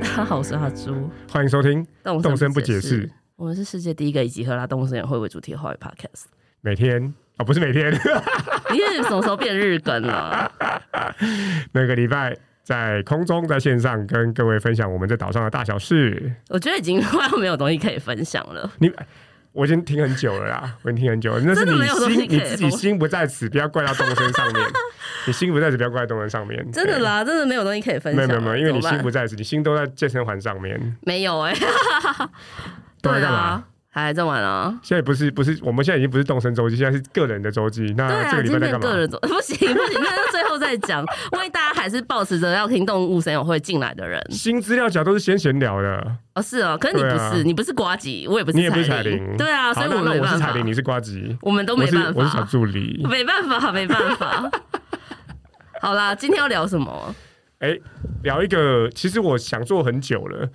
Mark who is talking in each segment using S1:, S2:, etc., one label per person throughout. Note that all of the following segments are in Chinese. S1: 大家好，我是阿朱，
S2: 欢迎收听，
S1: 动
S2: 动身不解释
S1: 释。我们是世界第一个以集合拉动物森友会为主题的华语 podcast。
S2: 每天啊、不是每天，
S1: 你是什么时候变日更了？啊
S2: 每个礼拜在空中在线上跟各位分享我们在岛上的大小事。
S1: 我觉得已经 快要没有东西可以分享了。
S2: 你我已经听很久了啦，我已经听很久了，那是
S1: 真的
S2: 你
S1: 没有东西
S2: 心
S1: 可以
S2: 你自己
S1: 分
S2: 心不在此，不要怪到动身上 面。你心不在此，不要怪到动身上面。
S1: 真的啦，真的没有东西可以分
S2: 对。没
S1: 享
S2: 有没
S1: 了。
S2: 有没有，因为你
S1: 怎么
S2: 心
S1: 办
S2: 不在此，你心都在健身环上面。
S1: 没有哎、
S2: 都在干嘛？
S1: 啊，还在玩啊？
S2: 现在不是不是，我们现在已经不是动身周期，现在是个人的周期。
S1: 对
S2: 那这
S1: 啊，
S2: 个
S1: 今
S2: 礼拜
S1: 天
S2: 在
S1: 变
S2: 干
S1: 个
S2: 嘛？
S1: 人走， 不行不行，那就最后再讲。万一大家还是抱持着要听动物森友会进来的人，
S2: 新资料夹都是先闲聊的。
S1: 哦是哦，可是你不
S2: 对
S1: 是，
S2: 啊
S1: 你不是瓜吉，我也不是，
S2: 你也不是彩
S1: 铃，
S2: 铃
S1: 对啊，
S2: 好，
S1: 所以
S2: 那
S1: 我
S2: 那
S1: 没
S2: 我
S1: 办
S2: 是
S1: 法
S2: 彩铃，你是瓜吉，
S1: 我们都
S2: 我
S1: 没
S2: 是
S1: 办法，
S2: 我是小助理。
S1: 没办法，没办法。 好啦，今天要聊什么？
S2: 聊一个，其实我想做很久了。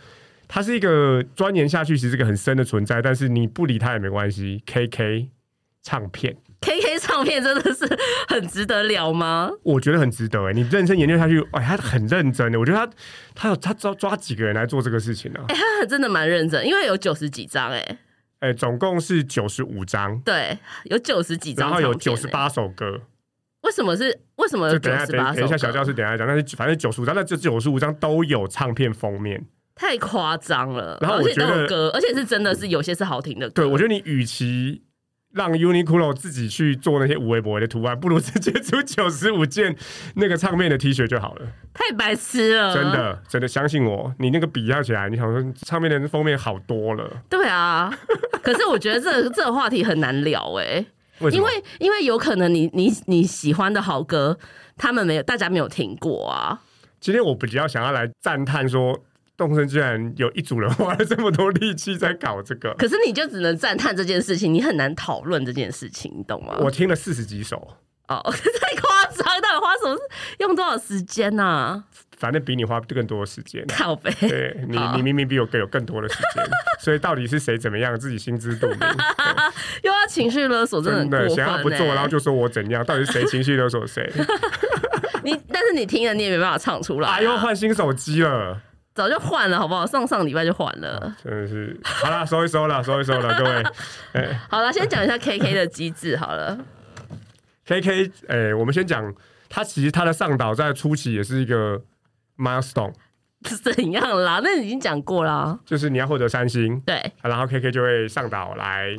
S2: 它是一个钻研下去，其实是一个很深的存在，但是你不理它也没关系。K K 唱片，
S1: K K 唱片真的是很值得聊吗？
S2: 我觉得很值得哎、你认真研究下去，哎，他很认真的。我觉得他他有他抓抓几个人来做这个事情呢、啊？
S1: 他真的蛮认真，因为有九十几张哎、
S2: 哎、总共是九十五章，
S1: 对，有九十几张、欸
S2: 然后有九十，八首歌。
S1: 为什么是为什么有
S2: 就等
S1: 呃九
S2: 一下
S1: 十
S2: 等
S1: 八
S2: 一等
S1: 首
S2: 一下小
S1: 歌？
S2: 教室等一下讲，但是反正九十五章，那这九十五章都有唱片封面。
S1: 太夸张了，
S2: 然后
S1: 而
S2: 我
S1: 且都
S2: 觉
S1: 有
S2: 得
S1: 歌，而且是真的是有些是好听的歌。
S2: 对，我觉得你与其让 Uniqlo 自己去做那些无微博的图案，不如直接出九十五件那个唱片的 T 恤就好了。
S1: 太白痴了，
S2: 真。的，真的，相信我，你那个比较起来，你想说唱片的封面好多了。
S1: 对啊， 可是我觉得这这个话题很难聊哎、
S2: 为什
S1: 因
S2: 么？
S1: 为因为有可能你你你喜欢的好歌，他们没有大家没有听过啊。
S2: 今天我比较想要来赞叹说，动森居然有一组人花了这么多力气在搞这个。
S1: 可是你就只能赞叹这件事情，你很难讨论这件事情，你懂吗？
S2: 我听了四十几首，
S1: 哦， 太夸张，到底花什么用多少时间呐、啊？
S2: 反正比你花更多的时间。
S1: 靠背，
S2: 对你，
S1: 好
S2: 你明明比我更有更多的时 间，所以到底是谁怎么样，自己心知肚明。对
S1: 又要情绪勒索，真的很
S2: 真
S1: 过分、欸。
S2: 想要不做，然后就说我怎样，到底是谁情绪勒索 谁？
S1: 你，但是你听了，你也没办法唱出来、啊。
S2: 哎呦，换新手机了，
S1: 早就换了，好不好？上上礼拜就换了。
S2: 真的是，好啦，收一收啦，收一收 啦，各位。
S1: 好了，先讲 一下 K K 的机制好了。
S2: K K，哎、我们先讲，他其实他的上岛在初期也是一个 milestone，
S1: 是怎样啦？那已经讲过啦。
S2: 就是你要获得三星，
S1: 对，
S2: 啊然后 K K 就会上岛来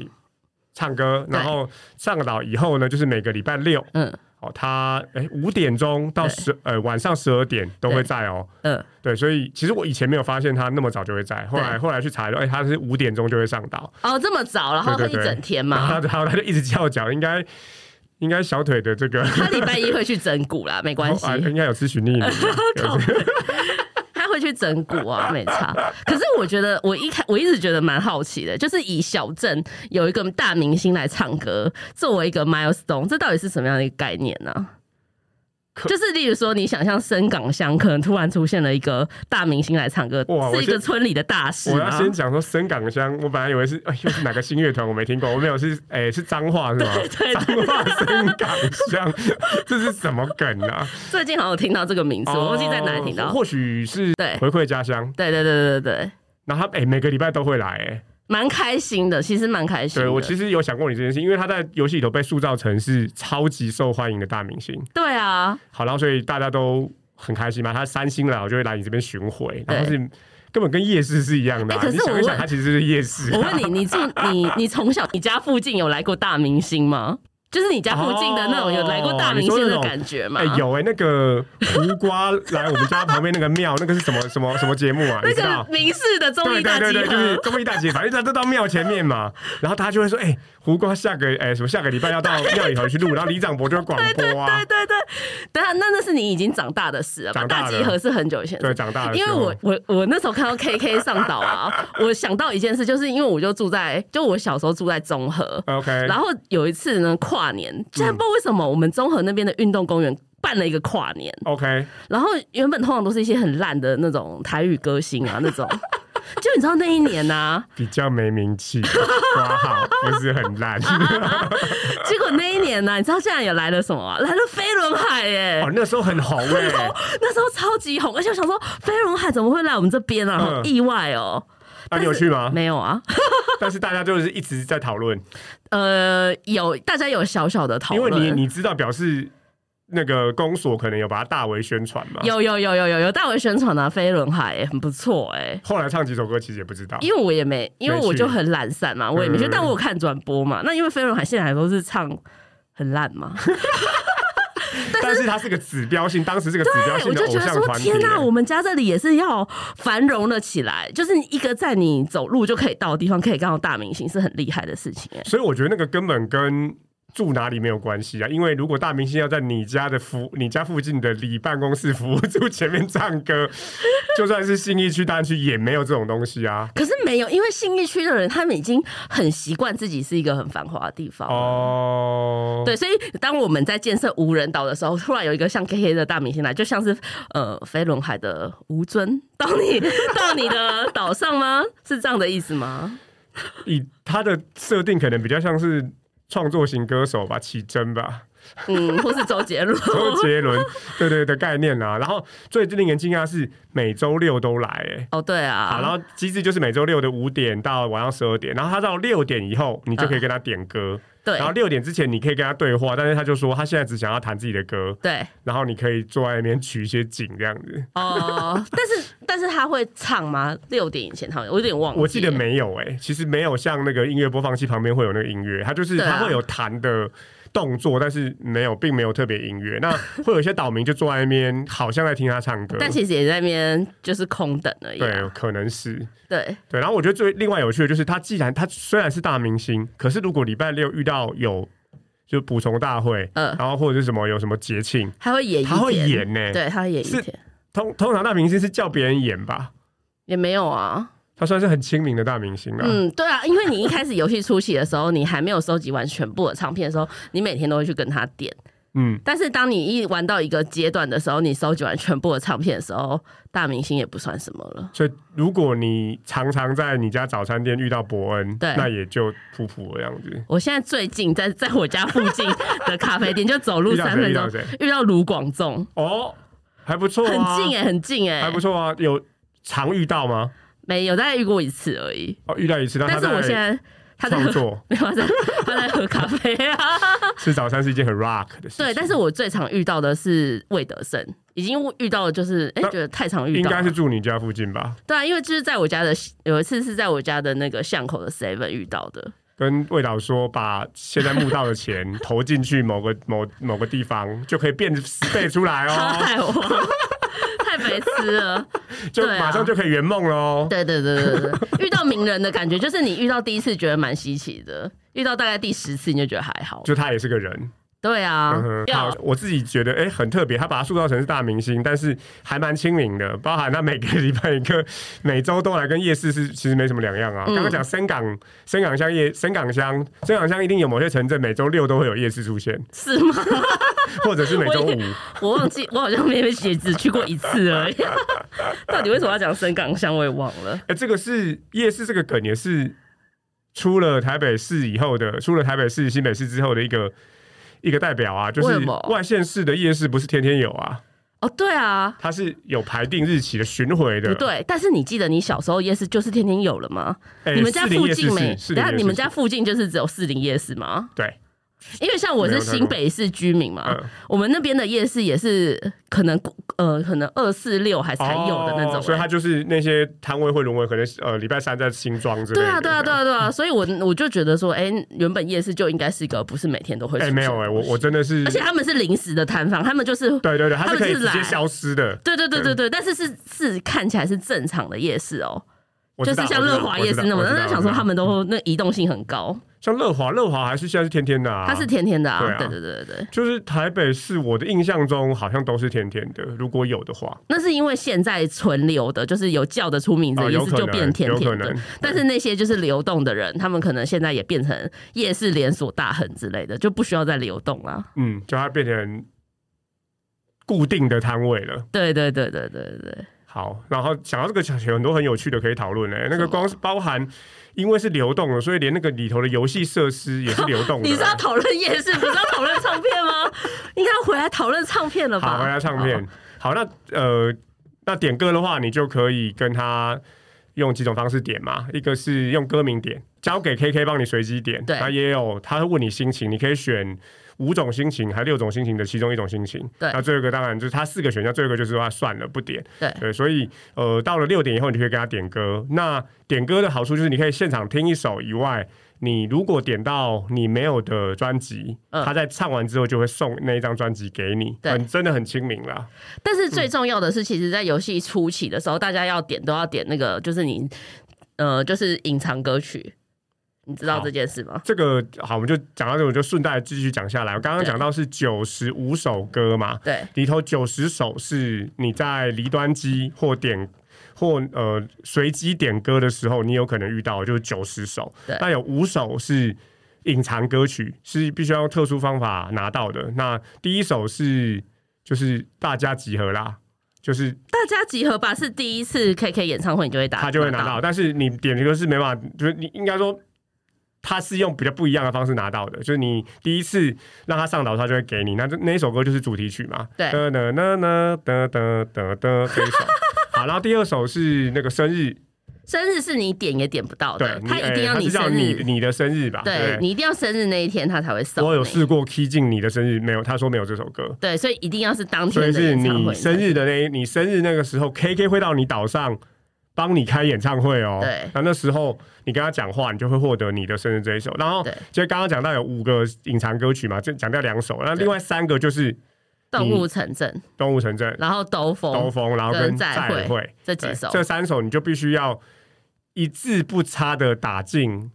S2: 唱歌，
S1: 对
S2: 然后上岛以后呢，就是每个礼拜六，
S1: 嗯
S2: 哦，他哎五、点钟到
S1: 对
S2: 十呃晚上十二点都会
S1: 对
S2: 在哦。
S1: 嗯，
S2: 对，所以其实我以前没有发现他那么早就会在，后来
S1: 对
S2: 后来去查，哎、他是五点钟就会上岛。
S1: 哦，这么早，然后
S2: 对
S1: 一
S2: 对对
S1: 整天
S2: 然
S1: 嘛。
S2: 后他然后他就一直翘脚，应该应该小腿的这个，
S1: 他礼拜一会去整骨啦，没 关系。
S2: 啊应该有咨询力。
S1: 靠
S2: 有
S1: 他会去整蛊啊，没差。可是我觉得，我一开我一直觉得蛮好奇的，就是以小镇有一个大明星来唱歌作为一个 milestone，这到底是什么样的一个概念呢、
S2: 可
S1: 就是例如说，你想象深港乡可能突然出现了一个大明星来唱歌
S2: 哇，我
S1: 是一个
S2: 先
S1: 村里的大事
S2: 我要
S1: 吗？
S2: 先讲说深港乡，我本来以为是哎又是哪个新乐团，我没听过，我没有是哎、是彰化是吗？
S1: 对
S2: 彰化深港乡，这是什么梗啊？
S1: 最近好像有听到这个名字，我忘记在哪里听
S2: 哦
S1: 到。
S2: 或许是
S1: 对
S2: 回馈家乡。
S1: 对对对对对，
S2: 然后他哎、每个礼拜都会来哎、
S1: 蛮开心的，其实蛮开心
S2: 对我
S1: 的。
S2: 其实有想过你这件事，因为他在游戏里头被塑造成是超级受欢迎的大明星。
S1: 对啊，
S2: 好，然后所以大家都很开心嘛。他三星了，我就会来你这边巡回，
S1: 对
S2: 然后是根本跟夜市是一样的、
S1: 哎
S2: 啊。
S1: 可是
S2: 你想
S1: 我
S2: 一想，
S1: 问
S2: 它其实是夜市、 啊
S1: 我问你，你住你你从小你家附近有来过大明星吗？就是你家附近的那种有来过大明星的感觉吗？
S2: 哎、有哎、那个胡瓜来我们家旁边那个庙，那个是什 么什么什么节目啊？你
S1: 那
S2: 知道
S1: 个？明视的综
S2: 对
S1: 艺大
S2: 对对对，
S1: 集
S2: 就是
S1: 合，
S2: 综艺大姐，反正他都到庙前面嘛，然后他就会说，哎、胡瓜下个哎、什么下个礼拜要到庙里头去录，然后李长博就会广播啊
S1: 对，对对。等下，那那是你已经长大的事了吧？
S2: 长大
S1: 大
S2: 了
S1: 集合是很久以前的
S2: 对，
S1: 事。
S2: 长大了，
S1: 因为我我我那时候看到 KK 上岛啊，我想到一件事，就是因为我就住在，就我小时候住在中和，
S2: OK，
S1: 然后有一次呢跨年，竟然不知道为什么我们中和那边的运动公园办了一个跨年，
S2: OK，
S1: 然后原本通常都是一些很烂的那种台语歌星啊，那种就你知道那一年呢、啊
S2: 比较没名气， 挂号不是很 烂。
S1: 结果那一年啊呢、你知道竟然也来了什么、啊？来了飞轮海耶、
S2: 哦，那时候很红
S1: 欸
S2: 哎、
S1: 那时候超级红，而且我想说飞轮海怎么会来我们这边啊？
S2: 嗯
S1: 好意外哦、
S2: 啊，你有去吗？
S1: 没有啊，
S2: 但是大家就是一直在讨论，
S1: 呃，有大家有小小的讨
S2: 因为
S1: 论，
S2: 你你知道表示那个公所可能有把它大为宣传嘛。
S1: 有有有有有有大为宣传的、啊、飞轮海、耶，很不错哎、
S2: 后来唱几首歌，其实也不知道。
S1: 因为我也没，因为我就很懒散嘛，我也没去
S2: 嗯，
S1: 但我有看转播嘛。那因为飞轮海现在还都是唱很烂嘛，
S2: 但是它是个指标性，当时是个指标
S1: 对，
S2: 性
S1: 哎我
S2: 的
S1: 就
S2: 偶
S1: 觉得
S2: 像
S1: 说
S2: 团体
S1: 天哪、
S2: 欸。
S1: 我们家这里也是要繁荣了起来，就是一个在你走路就可以到的地方，可以看到大明星，是很厉害的事情哎、
S2: 所以我觉得那个根本跟住哪里没有关系啊，因为如果大明星要在你家的服你家附近的里办公室服务处前面唱歌， 就算是信义区、大安区也没有这种东西啊。
S1: 可是没有，因为信义区的人他们已经很习惯自己是一个很繁华的地方。
S2: 哦，
S1: 对，所以当我们在建设无人岛的时候，突然有一个像 K K 的大明星来，就像是呃飞轮海的吴尊到你到你的岛上吗？是这样的意思吗？
S2: 以他的设定可能比较像是创作型歌手吧，起真 吧，
S1: 嗯，或是周杰伦？
S2: 周杰伦，对对的概念啊啦、然后最令人惊讶是每周六都来、欸，
S1: 哦，对
S2: 好，然
S1: 啊，
S2: 后机制就是每周六的五点到晚上十二点，然后他到六点以后，你就可以跟他点歌。
S1: 对
S2: 然后六点之前你可以跟他对话，但是他就说他现在只想要弹自己的歌，
S1: 对
S2: 然后你可以坐在那边取一些景这样子。
S1: 哦，但是但是他会唱吗？六点以前他会，我有点忘记。
S2: 我记得，没有哎、其实没有像那个音乐播放器旁边会有那个音乐，它就是
S1: 对啊
S2: 它会有弹的动作，但是没有，并没有特别音乐。 那会有一些岛民就坐在那边，好像在听他唱歌，
S1: 但其实也在那边就是空等而已啊、
S2: 对，可能是
S1: 对
S2: 对。然后我觉得最另外有趣的就是，他既然他虽然是大明星，可是如果礼拜六遇到有就补充大会，
S1: 嗯
S2: 然后或者是什么有什么节庆，
S1: 他会演一天，
S2: 他会演呢、
S1: 对，他会演一
S2: 是
S1: 天，
S2: 通通常大明星是叫别人演吧，
S1: 也没有啊。
S2: 他算是很亲民的大明星了。
S1: 嗯，对啊，因为你一开始游戏初期的时候，你还没有收集完全部的唱片的时候，你每天都会去跟他点。
S2: 嗯
S1: 但是当你一玩到一个阶段的时候，你收集完全部的唱片的时候，大明星也不算什么了。
S2: 所以，如果你常常在你家早餐店遇到伯恩，
S1: 对
S2: 那也就普普的样子。
S1: 我现在最近在在我家附近的咖啡店，就走 路
S2: 遇到
S1: 三
S2: 谁？
S1: 分
S2: 遇
S1: 钟
S2: 到，谁？
S1: 遇到卢广仲，
S2: 哦，还不错、
S1: 很
S2: 啊，
S1: 近哎、很近哎、
S2: 还不错啊。有常遇到吗？
S1: 没有大概遇过一次而已。
S2: 哦，遇到一次，那
S1: 但
S2: 他
S1: 是我现
S2: 在
S1: 在他在
S2: 创
S1: 喝，
S2: 作
S1: 没有他在他在喝咖啡啊。
S2: 吃早餐是一件很 rock 的事情。
S1: 对，但是我最常遇到的是魏德胜，已经遇到了，就是哎、
S2: 那
S1: 觉得太常遇
S2: 应
S1: 到了，
S2: 该是住你家附近吧？
S1: 对啊，因为就是在我家的有一次是在我家的那个巷口的 Seven 遇到的，
S2: 跟魏导说，把现在募到的钱 投进去某个某某个地方，就可以变十倍出来
S1: 他
S2: 哦，
S1: 害我，太白 痴了。
S2: 就
S1: 对啊
S2: 马上就可以圆梦哦喽。
S1: 对对对对对对，遇到名人的感觉就是你遇到第一次觉得蛮稀奇的，遇到大概第十次你就觉得还好。
S2: 就他也是个人，
S1: 对啊
S2: 嗯，哼，好
S1: 要，
S2: 我自己觉得哎、诶很特别，他把他塑造成是大明星，但是还蛮亲民的，包含他每个礼拜一个，每周都来，跟夜市是其实没什么两样啊。
S1: 嗯
S2: 刚刚讲深港深港乡夜深港乡深港乡一定有某些城镇每周六都会有夜市出 现，
S1: 是吗？
S2: 或者是每周
S1: 我
S2: 五
S1: 也。我忘记，我好像没写只去过一次而已。 到底为什么要讲深港乡，我也忘了。
S2: 哎、这个是夜市这个梗也是出了台北市以后的，出了台北市、新北市之后的一个一个代表啊，就
S1: 为
S2: 是
S1: 什么
S2: 外县市的夜市不是天天有啊，
S1: 哦，对啊，
S2: 它是有排定日期的巡回的。
S1: 不对，但是你记得你小时候夜市就是天天有了吗？
S2: 哎
S1: 你们家
S2: 士林
S1: 附
S2: 夜市
S1: 近没？
S2: 是士
S1: 等
S2: 林
S1: 下
S2: 夜
S1: 你们
S2: 市
S1: 家附近就是只有士林夜市吗？
S2: 对。
S1: 因为像我
S2: 没
S1: 是
S2: 有太多
S1: 新北市居民嘛，
S2: 嗯
S1: 我们那边的夜市也是可能呃可能二四六还才有的那种、
S2: 哦所以
S1: 欸
S2: 它就是那些摊位会沦为可能呃礼拜三在新庄之类的。
S1: 对啊，对啊，对啊，对啊，所以我我就觉得说，哎、原本夜市就应该是一个不是每天都会
S2: 这
S1: 出
S2: 样。哎、
S1: 现的
S2: 没
S1: 东
S2: 有
S1: 西、
S2: 哎、我我真的是
S1: 而，且他们是临时的摊贩，他们就是
S2: 对对对，它
S1: 他
S2: 是
S1: 们
S2: 可以
S1: 就是
S2: 直接
S1: 来
S2: 消失的。
S1: 对对对对对，但是是是看起来是正常的夜市哦、
S2: 我
S1: 就
S2: 知道
S1: 是像乐华夜市那种，但是想说他，们都那移动性很高，
S2: 我知道我知道我知道像乐华，乐华还是现在是天天的、啊，
S1: 它是天天的啊，
S2: 对啊
S1: 对对对对对。
S2: 就是台北市，我的印象中好像都是天天的，如果有的话，
S1: 那是因为现在存留的，就是有叫得出名字
S2: 哦
S1: 的夜
S2: 有
S1: 市
S2: 可
S1: 就
S2: 能
S1: 变甜
S2: 有可
S1: 甜的
S2: 能，
S1: 但是那些就是流动的人，他们可能现在也变成夜市连锁大亨之类的，就不需要再流动啊啦。
S2: 嗯，就它变成固定的摊位了。
S1: 对对对对对对对，
S2: 好，然后想到这个，想有很多很有趣的可以讨论嘞。那个光是包含，因为是流动的，所以连那个里头的游戏设施也是流动的。
S1: 你是要讨论夜市，不是要讨论唱片吗？ 应该要回来讨论唱片了吧？
S2: 好，回来唱片。好，那呃，那点歌的话，你就可以跟他用几种方式点嘛，一个是用歌名点，交给 KK 帮你随机点，
S1: 对
S2: 他也有，他会问你心情，你可以选。五种心情还六种心情的其中一种心情，
S1: 对
S2: 那最后一个当然就是他四个选项，最后一个就是说他算了不点，
S1: 对
S2: 对，所以呃到了六点以后，你就可以给他点歌。那点歌的好处就是你可以现场听一首以外，你如果点到你没有的专辑，
S1: 嗯
S2: 他在唱完之后就会送那一张专辑给你，
S1: 对
S2: 很真的很亲民啦。
S1: 但是最重要的是，其实，在游戏初期的时候，大家要点都要点那个，就是你呃，就是隐藏歌曲，你知道
S2: 好
S1: 这件事吗？
S2: 这个好，我们就讲到这，我就顺带继续讲下来。我刚刚
S1: 对
S2: 讲到是九十五首歌嘛，
S1: 对
S2: 里头九十首是你在离端机或点或呃随机点歌的时候，你有可能遇到，就是九十首
S1: 对。
S2: 那有五首是隐藏歌曲，是必须要用特殊方法拿到的。那第一首是就是大家集合啦，就是
S1: 大家集合吧，是第一次 KK 演唱会，你就会打，
S2: 他就会拿到。。但是你点这个是没办法，就是你应该说。他是用比较不一样的方式拿到的，就是你第一次让他上岛，他就会给你。那这那一首歌就是主题曲嘛，
S1: 对
S2: 噔噔噔噔噔噔噔噔这一 首。好，然后第二首是那个生日，
S1: 生日是你点也点不到
S2: 对
S1: 的，，呃他
S2: 你
S1: 一定要
S2: 哎它是叫
S1: 生
S2: 你
S1: 日，
S2: 你的生日吧？
S1: 对
S2: 不
S1: 你一定要生日那一天他才会送。
S2: 我有试，过 key 进你的生日，没有，他说没有这首歌，
S1: 对，所以一定要是当
S2: 所
S1: 天
S2: 以
S1: 的
S2: 是
S1: 演唱会
S2: 你
S1: 才
S2: 生日的那一，你生日那个时候，KK 会到你岛上帮你开演唱会哦。
S1: 对
S2: 那那时候你跟他讲话，你就会获得你的生日这一首。然后
S1: 对
S2: 就刚刚讲到有五个隐藏歌曲嘛，就讲掉两首，那
S1: 对
S2: 另外三个就是《
S1: 动物城镇，
S2: 动物城镇》、
S1: 然后兜
S2: 《兜
S1: 风
S2: 风》，然后跟
S1: 跟
S2: 《
S1: 再
S2: 再
S1: 会
S2: 会》
S1: 这
S2: 对
S1: 几首，
S2: 这三首你就必须要一字不差的打进。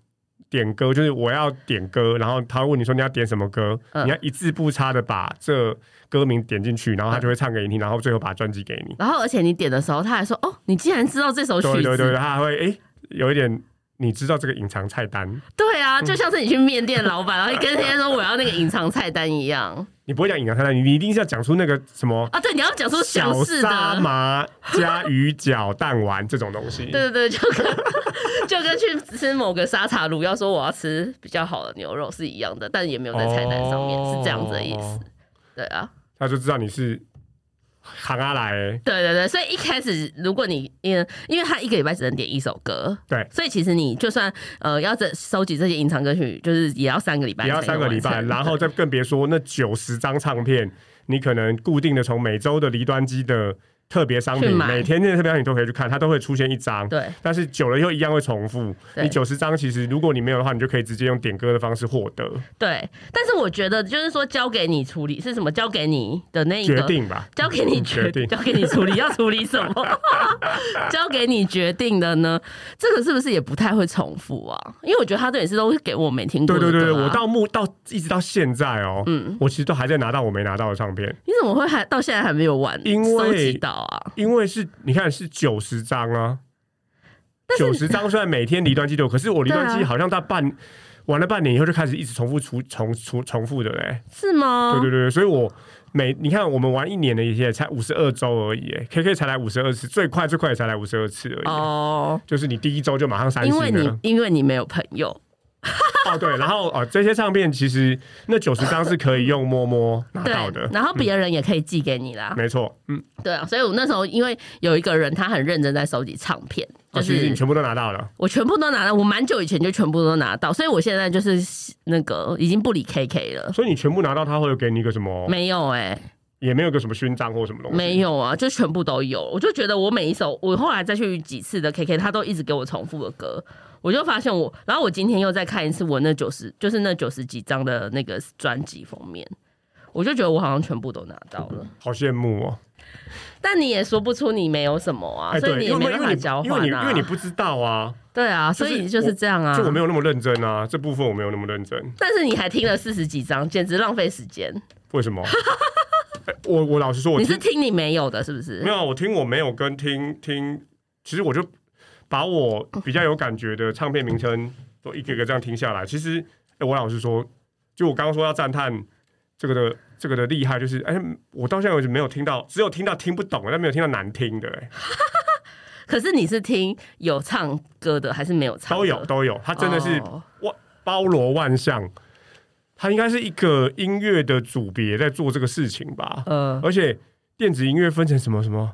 S2: 点歌就是我要点歌，然后他会问你说你要点什么歌，
S1: 嗯
S2: 你要一字不差的把这歌名点进去，
S1: 嗯
S2: 然后他就会唱给你听，然后最后把专辑给你。
S1: 然后而且你点的时候，他还说：“哦，你竟然知道这首曲
S2: 对对
S1: 子。
S2: 对，他还会哎、诶有一点，你知道这个隐藏菜单，
S1: 对啊，
S2: 嗯
S1: 就像是你去面店老板，然后跟人家说我要那个隐藏菜单一样
S2: 你不会讲隐藏菜单，你你一定是要讲出那个什么
S1: 啊。对，你要讲出
S2: 小
S1: 详细
S2: 沙
S1: 的，
S2: 麻 加鱼饺蛋丸这种东西。
S1: 对对对，就跟 就跟去吃某个沙茶卤，要说我要吃比较好的牛肉是一样的，但也没有在菜单上面，是这样子的意思
S2: 哦。。
S1: 对啊，
S2: 他就知道你是行阿来、欸
S1: 对对对，所以一开始如果你因为因为他一个礼拜只能点一首歌，
S2: 对
S1: 所以其实你就算呃要这收集这些隐藏歌曲，就是也要三个礼拜，
S2: 也要三个礼拜，然后再更别说那九十张唱片，你可能固定的从每周的离端机的特别商
S1: 去
S2: 品，
S1: 买
S2: 每天那特别商品都可以去看，它都会出现一张。
S1: 对
S2: 但是久了又一样会重复。
S1: 对
S2: 你九十张，其实如果你没有的话，你就可以直接用点歌的方式获得
S1: 对，但是我觉得就是说交给你处理是什么？交给你的那一
S2: 决
S1: 个。
S2: 定吧。
S1: 交给你
S2: 决
S1: 决
S2: 定
S1: 定，交给你处理，要处理什么？ 交给你决定的呢？这个是不是也不太会重复啊？因为我觉得他这也是都是给我没听过
S2: 对
S1: 的、
S2: 对对对，我
S1: 到
S2: 到目到一直到现在哦，
S1: 啊嗯，
S2: 我其实都还在拿到我没拿到的唱片，
S1: 你怎么会还到现在还没有玩？
S2: 因为
S1: 收集到啊，
S2: 因为是你看是九十张啊，九十张虽然每天离端机都有，可是我离端机
S1: 对啊
S2: 好像到半玩了半年以后就开始一直重复出重重重复的嘞。
S1: 是吗？
S2: 对对对，所以我每你看我们玩一年的一些才五十二周而已欸，KK 才来五十二次，最快最快也才来五十二次而已。
S1: 哦，
S2: 就是你第一周就马上三
S1: 因
S2: 星
S1: 为
S2: 了
S1: 你，因为你没有朋友，
S2: 哦，对，然后哦，这些唱片其实那九十张是可以用摸摸拿
S1: 对
S2: 到的，，嗯
S1: 然后别人也可以寄给你啦，
S2: 没错，嗯，
S1: 对啊，所以我那时候因为有一个人他很认真在收集唱片，
S2: 哦，
S1: 就
S2: 其实你
S1: 是
S2: 全部都拿到了，
S1: 我全部都拿到，我蛮久以前就全部都拿到，所以我现在就是那个已经不理 KK 了。
S2: 所以你全部拿到，他会给你一个什么？
S1: 没有哎、
S2: 也没有个什么勋章或什么东西，
S1: 没有啊，就全部都有。我就觉得我每一首，我后来再去几次的 KK，他都一直给我重复的歌，我就发现我，然后我今天又再看一次我那九十，就是那九十几张的那个专辑封面，我就觉得我好像全部都拿到了。
S2: 好羡慕哦！但
S1: 但你也说不出你没有什么啊，所以你也
S2: 因
S1: 没
S2: 为
S1: 办
S2: 因为
S1: 法
S2: 你
S1: 交
S2: 因为
S1: 换
S2: 你因
S1: 啊
S2: 为你。不知道啊，
S1: 对啊，
S2: 就
S1: 所
S2: 是
S1: 以就是这样啊。
S2: 就我没有那么认真啊，这部分我没有那么认真，
S1: 但是你还听了四十几张，简直浪费时间。
S2: 为 什么？哎我我老实说，我
S1: 你
S2: 听
S1: 是听你没有的，是不是
S2: 没？有啊，我听我没有跟听听，其实我就把我比较有感觉的唱片名称都一个一个这样听下来。其实，哎我老实说，就我刚刚说要赞叹这个的这个的厉害就是，哎，我到现在为止没有听到，只有听到听不懂，但没有听到难听的、哎
S1: 可是你是听有唱歌的还是没有唱歌？
S2: 都有都有，他真的是
S1: 哦
S2: 哇、包罗万象，他应该是一个音乐的组别在做这个事情吧，
S1: 呃，
S2: 而且电子音乐分成什么什么。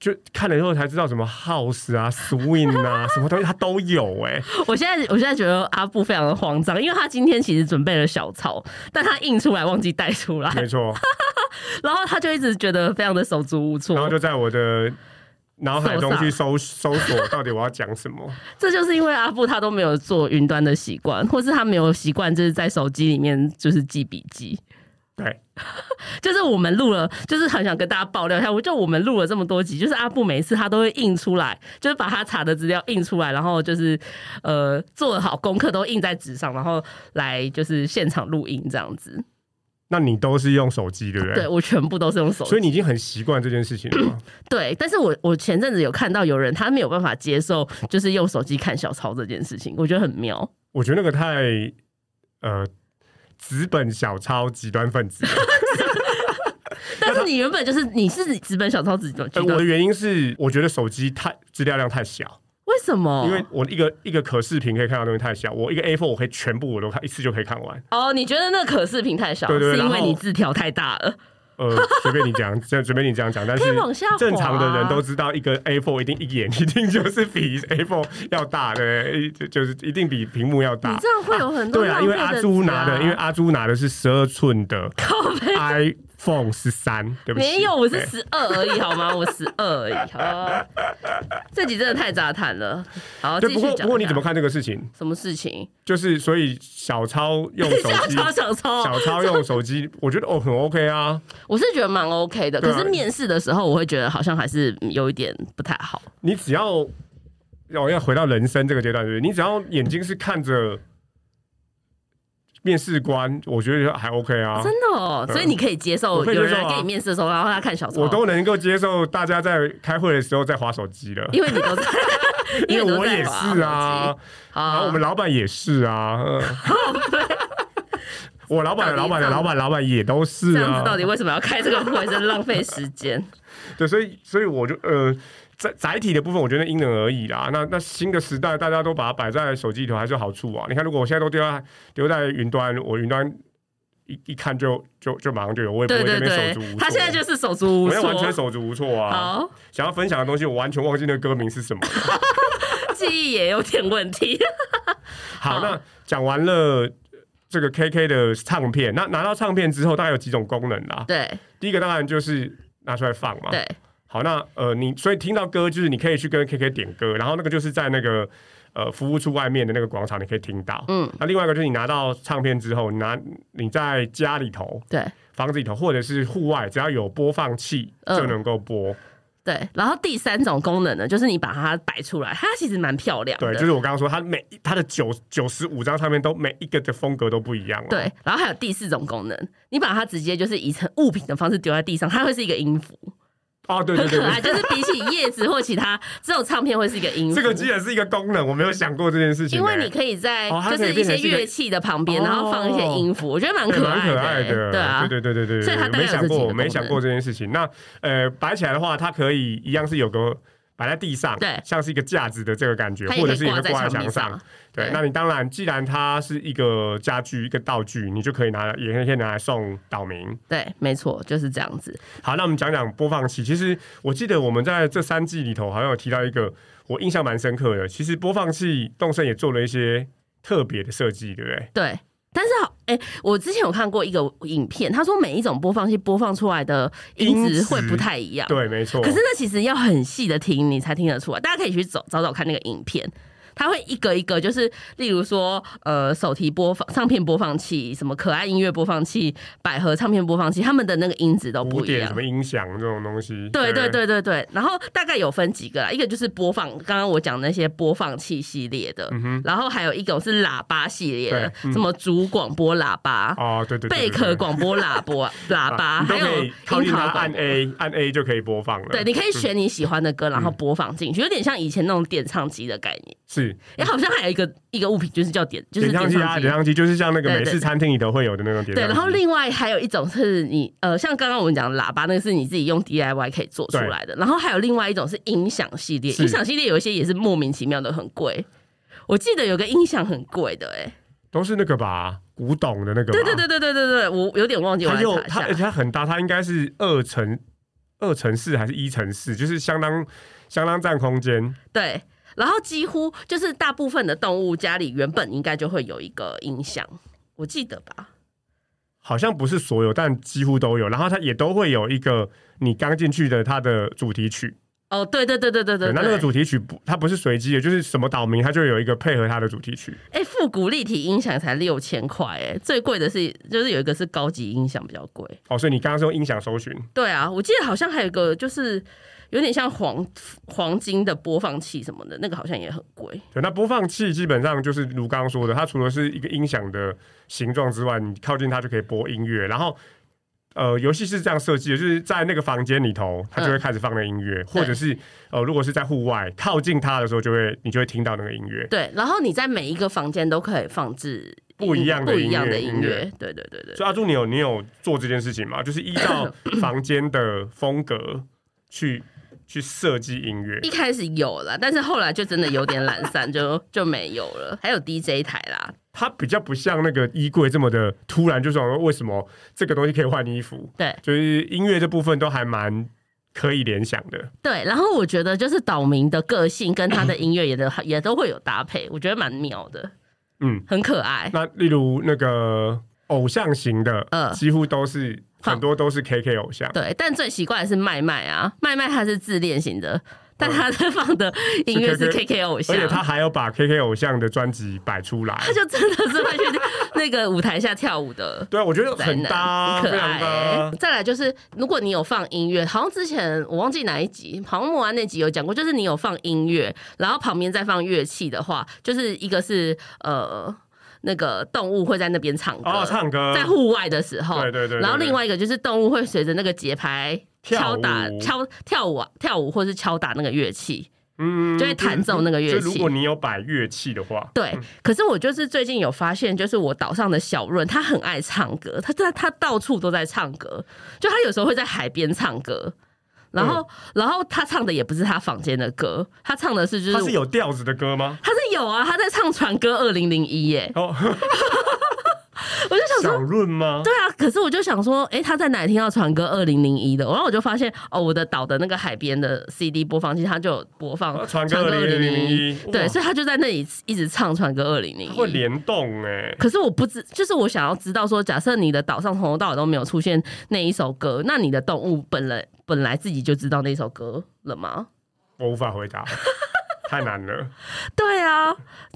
S2: 就看了以后才知道什么 house 啊、swing 啊，什么东西它都有哎、
S1: 我现在我现在觉得阿布非常的慌张，因为他今天其实准备了小抄，但他印出来忘记带出来，
S2: 没 错。
S1: 然后他就一直觉得非常的手足无措。
S2: 然后就在我的脑海中去
S1: 手
S2: 搜搜索，到底我要讲什么？
S1: 这就是因为阿布他都没有做云端的习惯，或是他没有习惯就是在手机里面就是记笔记。
S2: 对，
S1: 就是我们录了，就是很想跟大家爆料一下，我就我们录了这么多集，就是阿布每一次他都会印出来，就是把他查的资料印出来，然后就是呃做好功课都印在纸上，然后来就是现场录音这样子。
S2: 那你都是用手机，对不对？
S1: 对我全部都是用手机
S2: 所以你已经很习惯这件事情了吗。
S1: 对，但是我我前阵子有看到有人他没有办法接受，就是用手机看小抄这件事情，我觉得很妙。
S2: 我觉得那个太呃纸本小抄极端分子了。
S1: 但是你原本就是你是纸本小抄纸本，
S2: 呃我的原因是我觉得手机太资料量太小，
S1: 为什么？
S2: 因为我一个一个可视屏可以看到的东西太小，我一个 A4 我可以全部我都看一次就可以看完。
S1: 哦，你觉得那可视屏太小，
S2: 对对对
S1: 是因
S2: 然
S1: 为
S2: 后
S1: 你字条太大了。
S2: 呃，随便你讲，这随便你这样讲，但是
S1: 可以往下滑啊
S2: 正常的人都知道，一个 A4 一定一眼一定就是比 A4 要大的，就就是一定比屏幕要
S1: 你
S2: 大。
S1: 这样会有很多
S2: 对
S1: 浪
S2: 啊，
S1: 费
S2: 因
S1: 的
S2: 为
S1: 纸
S2: 阿朱拿的，因为
S1: 啊
S2: 阿朱拿的是十二寸的 iPhone 十三，对不起，
S1: 没有，我是
S2: 对
S1: 十二而已，好吗？我十二而已，好吧。这集真的太杂谈了。好，继
S2: 对，
S1: 续
S2: 不过
S1: 讲一啊下。
S2: 不过你怎么看这个事情？
S1: 什么事情？
S2: 就是所以小超用手
S1: 小
S2: 机，
S1: 抄小抄，
S2: 小超用手机，我觉得哦很 OK 啊。
S1: 我是觉得蛮 OK 的。
S2: 对
S1: 可
S2: 啊
S1: 是面试的时候，我会觉得好像还是有一点不太好。
S2: 你只要我要回到人生这个阶段，对不对？你只要眼睛是看着面试官，我觉得还 OK 啊
S1: 真。的哦，
S2: 对
S1: 所以你可以接受
S2: 我可以接
S1: 有
S2: 受啊
S1: 人来跟你面试的时候，然后他看小抄，
S2: 我都能够接受大家在开会的时候在划手机 了，
S1: 因为你 都在，
S2: 因为
S1: 你都
S2: 我
S1: 在
S2: 也
S1: 滑
S2: 是啊，
S1: 好。
S2: 然后我们老板也是啊， 嗯我老板的老板的老板老板也都是
S1: 这样子
S2: 啊
S1: 到，底为什么要开这个会？真浪费时间。
S2: 对，所以所以我就呃。载载体的部分，我觉得因人而异啦。那那新的时代，大家都把它摆在手机里头，还是有好处啊。你看，如果我现在都丢在丢在云端，我云端一一看就就就马上就有，我也不
S1: 对
S2: 会这
S1: 对
S2: 边
S1: 对
S2: 手足无措。，
S1: 他现在就是手足无
S2: 我现在
S1: 措。
S2: 完全手足无措啊！
S1: 好，
S2: 想要分享的东西，我完全忘记那个歌名是 什么。
S1: 记忆也有点问题。
S2: 好，
S1: 好
S2: 那讲完了这个 KK 的唱片，那拿到唱片之后，大概有几种功能啦。
S1: 对
S2: 第一个当然就是拿出来放嘛。
S1: 对，
S2: 好，那呃，你所以听到歌，就是你可以去跟 KK 点歌，然后那个就是在那个呃服务处外面的那个广场，你可以听到。
S1: 嗯，
S2: 那另外一个就是你拿到唱片之后，你拿你在家里头、
S1: 对
S2: 房子里头，或者是户外，只要有播放器
S1: 嗯
S2: 就能够播。
S1: 对。然后第三种功能呢，就是你把它摆出来，它其实蛮漂亮
S2: 对，就
S1: 的。
S2: 是我刚刚说，它每一它的九九十五张唱片都每一个的风格都不一样、哦。
S1: 对，然后还有第四种功能，你把它直接就是以成物品的方式丢在地上，它会是一个音符，
S2: 哦，对对
S1: 很
S2: 对
S1: 可
S2: 对
S1: 爱。就是比起叶子或其他，只有唱片会是一个音符。
S2: 这个居然是一个功能，我没有想过这件事情、
S1: 因为
S2: 欸
S1: 你可以在
S2: 哦它
S1: 就
S2: 可
S1: 是
S2: 以
S1: 一
S2: 变成
S1: 些
S2: 是一个
S1: 乐器的旁边，
S2: 哦
S1: 然后放一些音符，我觉得蛮
S2: 对
S1: 可
S2: 蛮
S1: 爱
S2: 可爱
S1: 欸
S2: 的，
S1: 对啊，
S2: 对对对对对，
S1: 所以它大概
S2: 没
S1: 有
S2: 想
S1: 这几个
S2: 过，
S1: 功
S2: 没想
S1: 能
S2: 过这件事情。那呃，摆起来的话，它可以一样是有个摆在地上，
S1: 对
S2: 像是一个架子的这个感觉，
S1: 它也
S2: 或者
S1: 可以
S2: 是你
S1: 挂
S2: 会
S1: 在
S2: 挂在
S1: 墙壁
S2: 墙上
S1: 上。。
S2: 对
S1: 对，
S2: 那你当然，既然它是一个家具、一个道具，你就可以拿来，也可以拿来送岛民。
S1: 对，没错，就是这样子。
S2: 好，那我们讲讲播放器。其实我记得我们在这三季里头，好像有提到一个我印象蛮深刻的。其实播放器动森也做了一些特别的设计，对不对？
S1: 对，但是好，哎、我之前有看过一个影片，他说每一种播放器播放出来的音
S2: 音质
S1: 质会不太一样。
S2: 对，没错。
S1: 可是那其实要很细的听，你才听得出来。大家可以去找找找看那个影片，它会一个一个，就是例如说，呃，手提播放唱片播放器，什么可爱音乐播放器、百合唱片播放器，他们的那个音质都
S2: 古
S1: 不一
S2: 典
S1: 样
S2: 什。么音响这种东西，
S1: 对对对对对，然后大概有分几个啦，一个就是播放，刚刚我讲那些播放器系列的，然后还有一种是喇叭系列的
S2: 嗯对，嗯
S1: 什么主广播喇叭、
S2: 哦，对对，对
S1: 贝
S2: 对
S1: 壳
S2: 对啊
S1: 广播喇 叭、喇叭，
S2: 你都
S1: 还有
S2: 可以靠
S1: 樱
S2: 近它
S1: 桃广
S2: 按
S1: 播。
S2: A，按 A 就可以播放了。嗯
S1: 对，你可以选你喜欢的歌，然后播放进去，有点像以前那种点唱机的概念。
S2: 是是
S1: 哎，好像还有一个一个物品就是叫点，就是
S2: 点
S1: 点
S2: 唱机啊，
S1: 唱机
S2: 点。唱机就是像那个美
S1: 对对
S2: 式
S1: 对
S2: 餐厅里头会有的那种点唱
S1: 对，
S2: 机。
S1: 然后另外还有一种是你呃，像刚刚我们讲的喇叭，那个是你自己用 DIY 可以做出来的。然后还有另外一种是音响系列，
S2: 是
S1: 音响系列有一些也是莫名其妙的很贵。我记得有个音响很贵的、哎，
S2: 都是那个吧，古董的那个吧。
S1: 对对对对对对对，我有点忘记，我
S2: 它
S1: 来
S2: 又
S1: 查一
S2: 它，而
S1: 下。
S2: 且它很大，它应该是二乘二乘四还是一乘四，就是相当相当占空间。
S1: 对，然后几乎就是大部分的动物家里原本应该就会有一个音响，我记得吧？
S2: 好像不是所有，但几乎都有。然后它也都会有一个你刚进去的它的主题曲。
S1: 哦，对对对对对对
S2: 那那个
S1: 对。
S2: 主题曲不，它不是随机的，就是什么岛民，它就有一个配合它的主题曲。
S1: 哎、复古立体音响才六千块，哎，最贵的是就是有一个是高级音响比较贵。
S2: 哦，所以你刚刚是用音响搜寻，
S1: 对啊，我记得好像还有一个就是有点像黄黄金的播放器什么的，那个好像也很贵。
S2: 对，那播放器基本上就是如刚刚说的，它除了是一个音响的形状之外，你靠近它就可以播音乐。然后，呃，游戏是这样设计的，就是在那个房间里头，它就会开始放那音乐，或者是呃，如果是在户外靠近它的时候，就会你就会听到那个音乐。
S1: 对，然后你在每一个房间都可以放置
S2: 不一样的
S1: 不
S2: 音
S1: 一样
S2: 乐
S1: 的
S2: 音
S1: 音
S2: 乐
S1: 乐。对对对对，
S2: 所以阿柱，你有你有做这件事情吗？就是依照房间的风格去去设计音乐。
S1: 一开始有了，但是后来就真的有点懒散，就就没有了。还有 DJ 台啦，
S2: 它比较不像那个衣柜这么的突然，就说为什么这个东西可以换衣服？
S1: 对
S2: 就是音乐这部分都还蛮可以联想的。
S1: 对。然后我觉得就是岛民的个性跟他的音乐也都也都会有搭配，我觉得蛮妙的，
S2: 嗯，
S1: 很可爱。
S2: 那例如那个偶像型的，
S1: 嗯
S2: 几乎都是
S1: 放
S2: 很多都是 KK 偶像，
S1: 对，但最奇怪的是麦麦啊，麦麦他是自恋型的，但他在放的音乐是
S2: 嗯是 KK
S1: KK 偶
S2: 而
S1: 像，
S2: 且他还有把 KK 偶像的专辑摆出来。
S1: 他就真的是会去那个舞台下跳舞的。
S2: 对啊，我觉得
S1: 宅
S2: 很
S1: 男，
S2: 搭啊，非
S1: 很可
S2: 常
S1: 爱、
S2: 搭
S1: 欸
S2: 啊。。
S1: 再来就是，如果你有放音乐，好像之前我忘记哪一集，好像莫安那集有讲过，就是你有放音乐，然后旁边再放乐器的话，就是一个是呃那个动物会在那边唱歌，
S2: 哦，唱歌
S1: 在户外的时候，
S2: 对对对对
S1: 然后另外一个就是动物会随着那个节拍
S2: 跳
S1: 敲
S2: 舞
S1: 打敲跳舞啊跳舞，或是敲打那个乐器，
S2: 嗯
S1: 就会弹奏那个乐
S2: 就
S1: 器。
S2: 如果你有摆乐器的话，
S1: 对，可是我就是最近有发现，就是我岛上的小润，他很爱唱歌，他他他到处都在唱歌，就他有时候会在海边唱歌，然
S2: 嗯
S1: 后、然后他唱的也不是他房间的歌，他唱的是就是
S2: 它是有调子的歌吗？
S1: 他是有啊，他在唱《船歌二零零一》耶，
S2: 哦，
S1: 我就想说
S2: 小润吗？
S1: 对啊，可是我就想说，诶，他在哪里听到传歌二零零一的？然后我就发现，哦，我的岛的那个海边的 CD 播放器，它就有播放
S2: 啊
S1: 传
S2: 传
S1: 歌
S2: 歌
S1: 二零零一
S2: 2001，
S1: 对，
S2: 哇
S1: 所以他就在那里一直唱传歌二零零
S2: 它会
S1: 一。
S2: 联动哎，
S1: 可是我不知，就是我想要知道说，假设你的岛上从头到尾都没有出现那一首歌，那你的动物本来本来自己就知道那首歌了吗？
S2: 我无法回答，太难了。
S1: 对啊，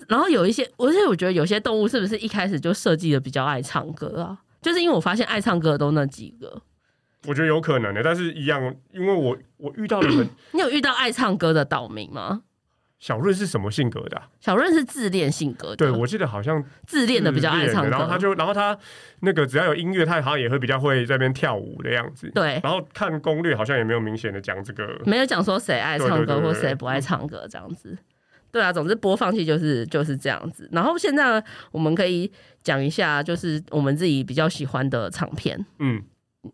S1: 然后有一些，而且我觉得有些动物是不是一开始就设计的比较爱唱歌啊？就是因为我发现爱唱歌的都那几个。
S2: 我觉得有可能欸的，但是一样，因为我我遇到的人
S1: 你有遇到爱唱歌的岛民吗？
S2: 小润是什么性格的啊、
S1: 小润是自恋性格的，
S2: 对我记得好像
S1: 自恋的比较爱唱歌，
S2: 然后他就，然后他那个只要有音乐，他好像也会比较会在那边跳舞的样子。
S1: 对嗯
S2: 然后看攻略好像也没有明显的讲这个，
S1: 没有讲说谁爱唱
S2: 对对
S1: 歌
S2: 对对嗯
S1: 或谁不爱唱歌这样子。对啊，总之播放器就是就是这样子。然后现在我们可以讲一下，就是我们自己比较喜欢的唱片，
S2: 嗯，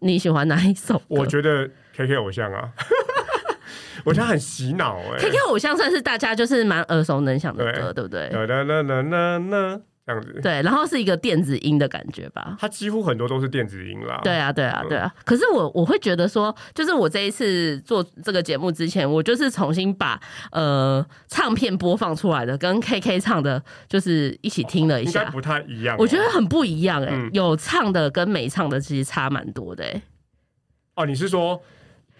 S1: 你喜欢哪一首歌？
S2: 我觉得 K K 偶像 啊，我觉得他很洗脑哎、
S1: K K 偶像算是大家就是蛮耳熟能详的歌，对不对？
S2: 哒哒哒哒哒哒这样子，
S1: 对，然后是一个电子音的感觉吧。
S2: 他几乎很多都是电子音啦。
S1: 对，啊，对
S2: 嗯
S1: 啊，对啊。可是我我会觉得说，就是我这一次做这个节目之前，我就是重新把呃唱片播放出来的跟 KK 唱的，就是一起听了一
S2: 应该
S1: 下，
S2: 不太一样哦、
S1: 我觉得很不一样哎、
S2: 嗯
S1: 有唱的跟没唱的其实差蛮多的哎、
S2: 哦，你是说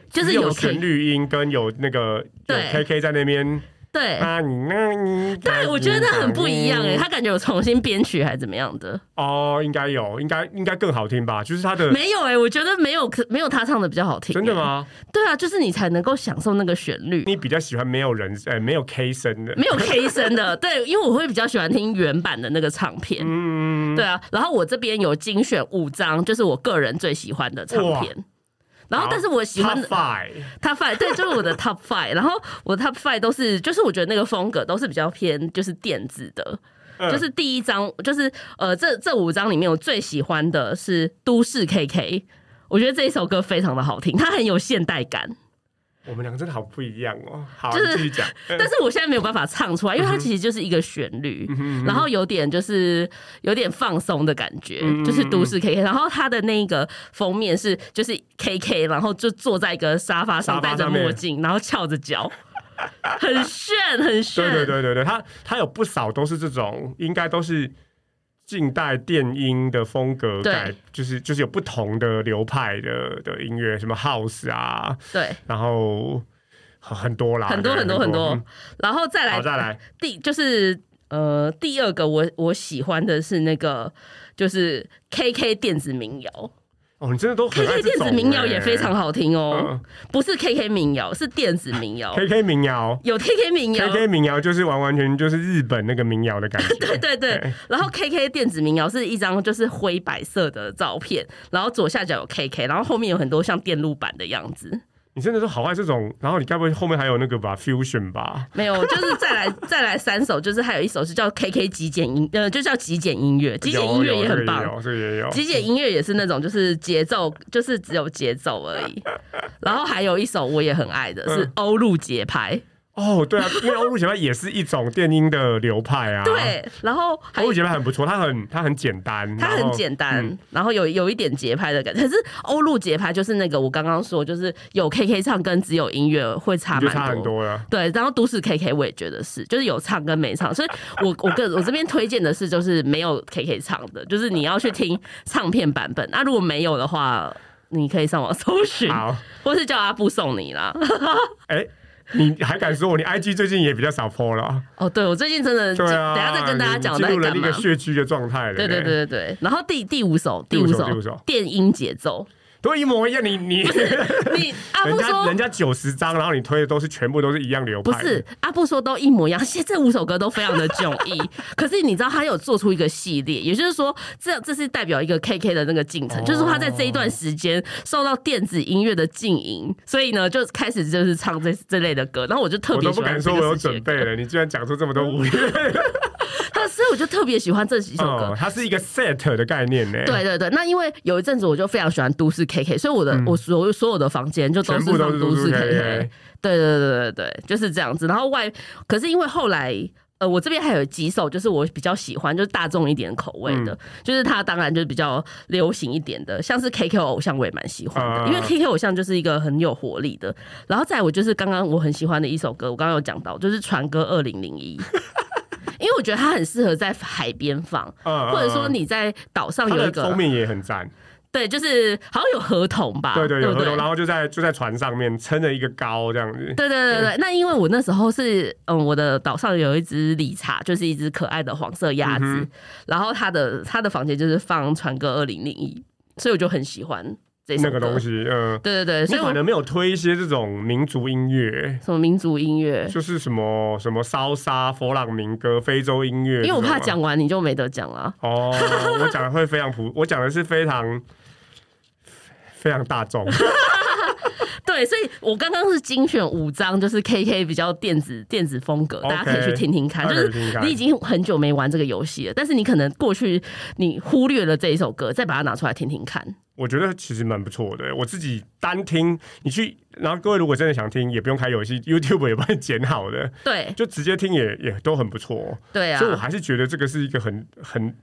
S1: 就是
S2: 只有
S1: K
S2: 旋律音跟有那个有
S1: 对
S2: K K 在那边。
S1: 对。
S2: 啊，嗯你那你
S1: 对，我觉得很不一样哎、他感觉有重新编曲还怎么样的？
S2: 哦，应该有，应该应该更好听吧？就是他的
S1: 没有哎、我觉得没有没有他唱的比较好听、欸
S2: 真的？吗？
S1: 对啊，就是你才能够享受那个旋律。
S2: 你比较喜欢没有人呃没有 K 声的，
S1: 没有 K 声的， 对，因为我会比较喜欢听原版的那个唱片。
S2: 嗯，
S1: 对啊，然后我这边有精选五张，就是我个人最喜欢的唱片。然后但是我喜欢的
S2: Top Five，
S1: Top Five，对，就是我的 Top Five。然后 我的 Top Five 都是，就是我觉得那个风格都是比较偏就是电子的。
S2: 嗯
S1: 就是第一张，就是呃，这这五张里面，我最喜欢的是《都市 KK》，我觉得这一首歌非常的好听，它很有现代感。
S2: 我们两个真的好不一样哦。好，
S1: 就是
S2: 你继续 讲。嗯
S1: 但是我现在没有办法唱出来，因为它其实就是一个旋律，
S2: 嗯
S1: 然后有点就是有点放松的感觉，
S2: 嗯
S1: 就是都市 KK。然后它的那个封面是就是 KK，然后就坐在一个沙发上，
S2: 沙发
S1: 戴
S2: 上
S1: 着
S2: 面
S1: 墨镜，然后翘着脚， 很炫很炫。
S2: 对对对对对，他他有不少都是这种，应该都是近代电音的风格
S1: 对
S2: 改，就是就是有不同的流派的的音乐，什么 house 啊，
S1: 对
S2: 然后很很多啦，
S1: 很多
S2: 啊对
S1: 很多很多
S2: 嗯。
S1: 然后再来
S2: 好，再来，
S1: 第就是呃第二个我我喜欢的是那个就是 KK 电子民谣
S2: 哦，你真的都很爱
S1: ，KK
S2: 这
S1: 电
S2: 种
S1: 子民谣
S2: 欸
S1: 也非常好听哦
S2: 嗯，
S1: 不是 KK 民谣，是电子民谣，
S2: KK 民谣
S1: 有 KK 民谣。
S2: ，KK 民谣就是完完全全就是日本那个民谣的感觉，
S1: 对对对，然后 KK 电子民谣是一张就是灰白色的照片，然后左下角有 KK，然后后面有很多像电路板的样子。
S2: 你真的都好爱这种，然后你该不会后面还有那个吧 fusion 吧？
S1: 没有，就是再来再来三首，就是还有一首是叫 KK 极简音，呃，就叫极简音乐，极简音乐
S2: 有
S1: 也很棒。，
S2: 有这个也有，这个也有
S1: 极简音乐也是那种，就是节奏，就是只有节奏而 已。然后还有一首我也很爱的是
S2: 嗯
S1: 欧陆节拍，
S2: 哦，对啊，因为欧陆节拍也是一种电音的流派啊。，
S1: 对。然后还
S2: 欧陆节拍很不错，它很它很简单，
S1: 它
S2: 然
S1: 很
S2: 后
S1: 简单，
S2: 嗯
S1: 然后有有一点节拍的感觉。可是欧陆节拍就是那个我刚刚说，就是有 KK 唱跟只有音乐会差
S2: 你就差
S1: 蛮
S2: 很多了。
S1: 对，然后都市 KK 我也觉得是，就是有唱跟没唱，所以我我跟我这边推荐的是就是没有 KK 唱的，就是你要去听唱片版本。那、如果没有的话，你可以上网搜寻，
S2: 好，
S1: 或是叫阿布送你啦。
S2: 哎，你还敢说我？你 IG 最近也比较少 po 了，
S1: 哦，对我最近真的，
S2: 对啊。
S1: 等一下再跟大家
S2: 你
S1: 讲我
S2: 进
S1: 在
S2: 入了那
S1: 干嘛
S2: 个。血区的状态了。哎
S1: 对对
S2: 对，
S1: 对对对，然后第第五首，
S2: 第
S1: 第
S2: 五首
S1: 首
S2: 第五首
S1: 电音节奏，
S2: 都一模一样。你你
S1: 你阿
S2: 人
S1: 布
S2: 家
S1: 说
S2: 人。家九十张，然后你推的都是全部都是一样流
S1: 不
S2: 派。
S1: 是，阿布说都一模一样，现在这五首歌都非常的迥异。 可是你知道他有做出一个系列，也就是说，这这是代表一个 KK 的那个进程，
S2: 哦
S1: 就是说他在这一段时间受到电子音乐的浸淫，所以呢就开始就是唱这这类的歌。然后我就特
S2: 我
S1: 别
S2: 都
S1: 喜
S2: 不
S1: 欢
S2: 敢
S1: 这
S2: 说我
S1: 个嗯
S2: 有
S1: 时期
S2: 准
S1: 的
S2: 备
S1: 歌，
S2: 了，你居然讲出这么多无聊。
S1: 但所以我就特别喜欢这几首歌。
S2: 嗯，它是一个 set 的概念呢。
S1: 对对对，那因为有一阵子我就非常喜欢都市 KK，所以我的、我所有所有的房间就都
S2: 嗯全部都
S1: 放
S2: 是
S1: 都
S2: 都
S1: 市
S2: 市
S1: KK
S2: KK。
S1: 对对对对对，就是这样子。然后外，可是因为后来。呃，我这边还有几首，就是我比较喜欢，就是大众一点口味
S2: 嗯
S1: 的，就是它当然就是比较流行一点的，像是 KK 偶像我也蛮喜欢的，
S2: 啊
S1: 因为 KK 偶像就是一个很有活力的。然后再来我就是刚刚我很喜欢的一首歌，我刚刚有讲到，就是《船歌二零零一》， 因为我觉得它很适合在海边放，
S2: 嗯，
S1: 或者说
S2: 嗯嗯
S1: 你在岛上
S2: 它
S1: 有一
S2: 的
S1: 个
S2: 封面也很赞。
S1: 对，就是好像有合同吧？
S2: 对对，有
S1: 啊不
S2: 合同，然后就在就在船上面撑着一个高这样子。
S1: 对对对
S2: 嗯
S1: 对对，那因为我那时候是，嗯，我的岛上有一只理查，就是一只可爱的黄色鸭子，
S2: 嗯哼
S1: 然后它的它的房间就是放《船歌二零零一》，所以我就很喜欢这首
S2: 那
S1: 歌
S2: 个东。西，嗯、
S1: 对对对，
S2: 你
S1: 所以我
S2: 反而没有推一些这种民族音乐，
S1: 什么民族音乐，
S2: 就是什么什么烧杀、佛朗明哥、非洲音乐，
S1: 因为我怕
S2: 这种
S1: 讲完你就没得讲了。
S2: 啊。哦， 我讲的会非常普，我讲的是非常非常大众。
S1: 对，所以我刚刚是精选五张，就是 KK 比较电子电子风格
S2: OK，
S1: 大家可以去听听看。就
S2: 大家可以
S1: 是
S2: 听听看
S1: 你已经很久没玩这个游戏了，但是你可能过去你忽略了这一首歌，再把它拿出来听听看。
S2: 我觉得其实蛮不错的，欸我自己单听，你去，然后各位如果真的想听，也不用开游戏，YouTube 也帮你剪好的，
S1: 对
S2: 就直接听也也都很不错。哦
S1: 对啊
S2: 所以，我还是觉得这个是一个很很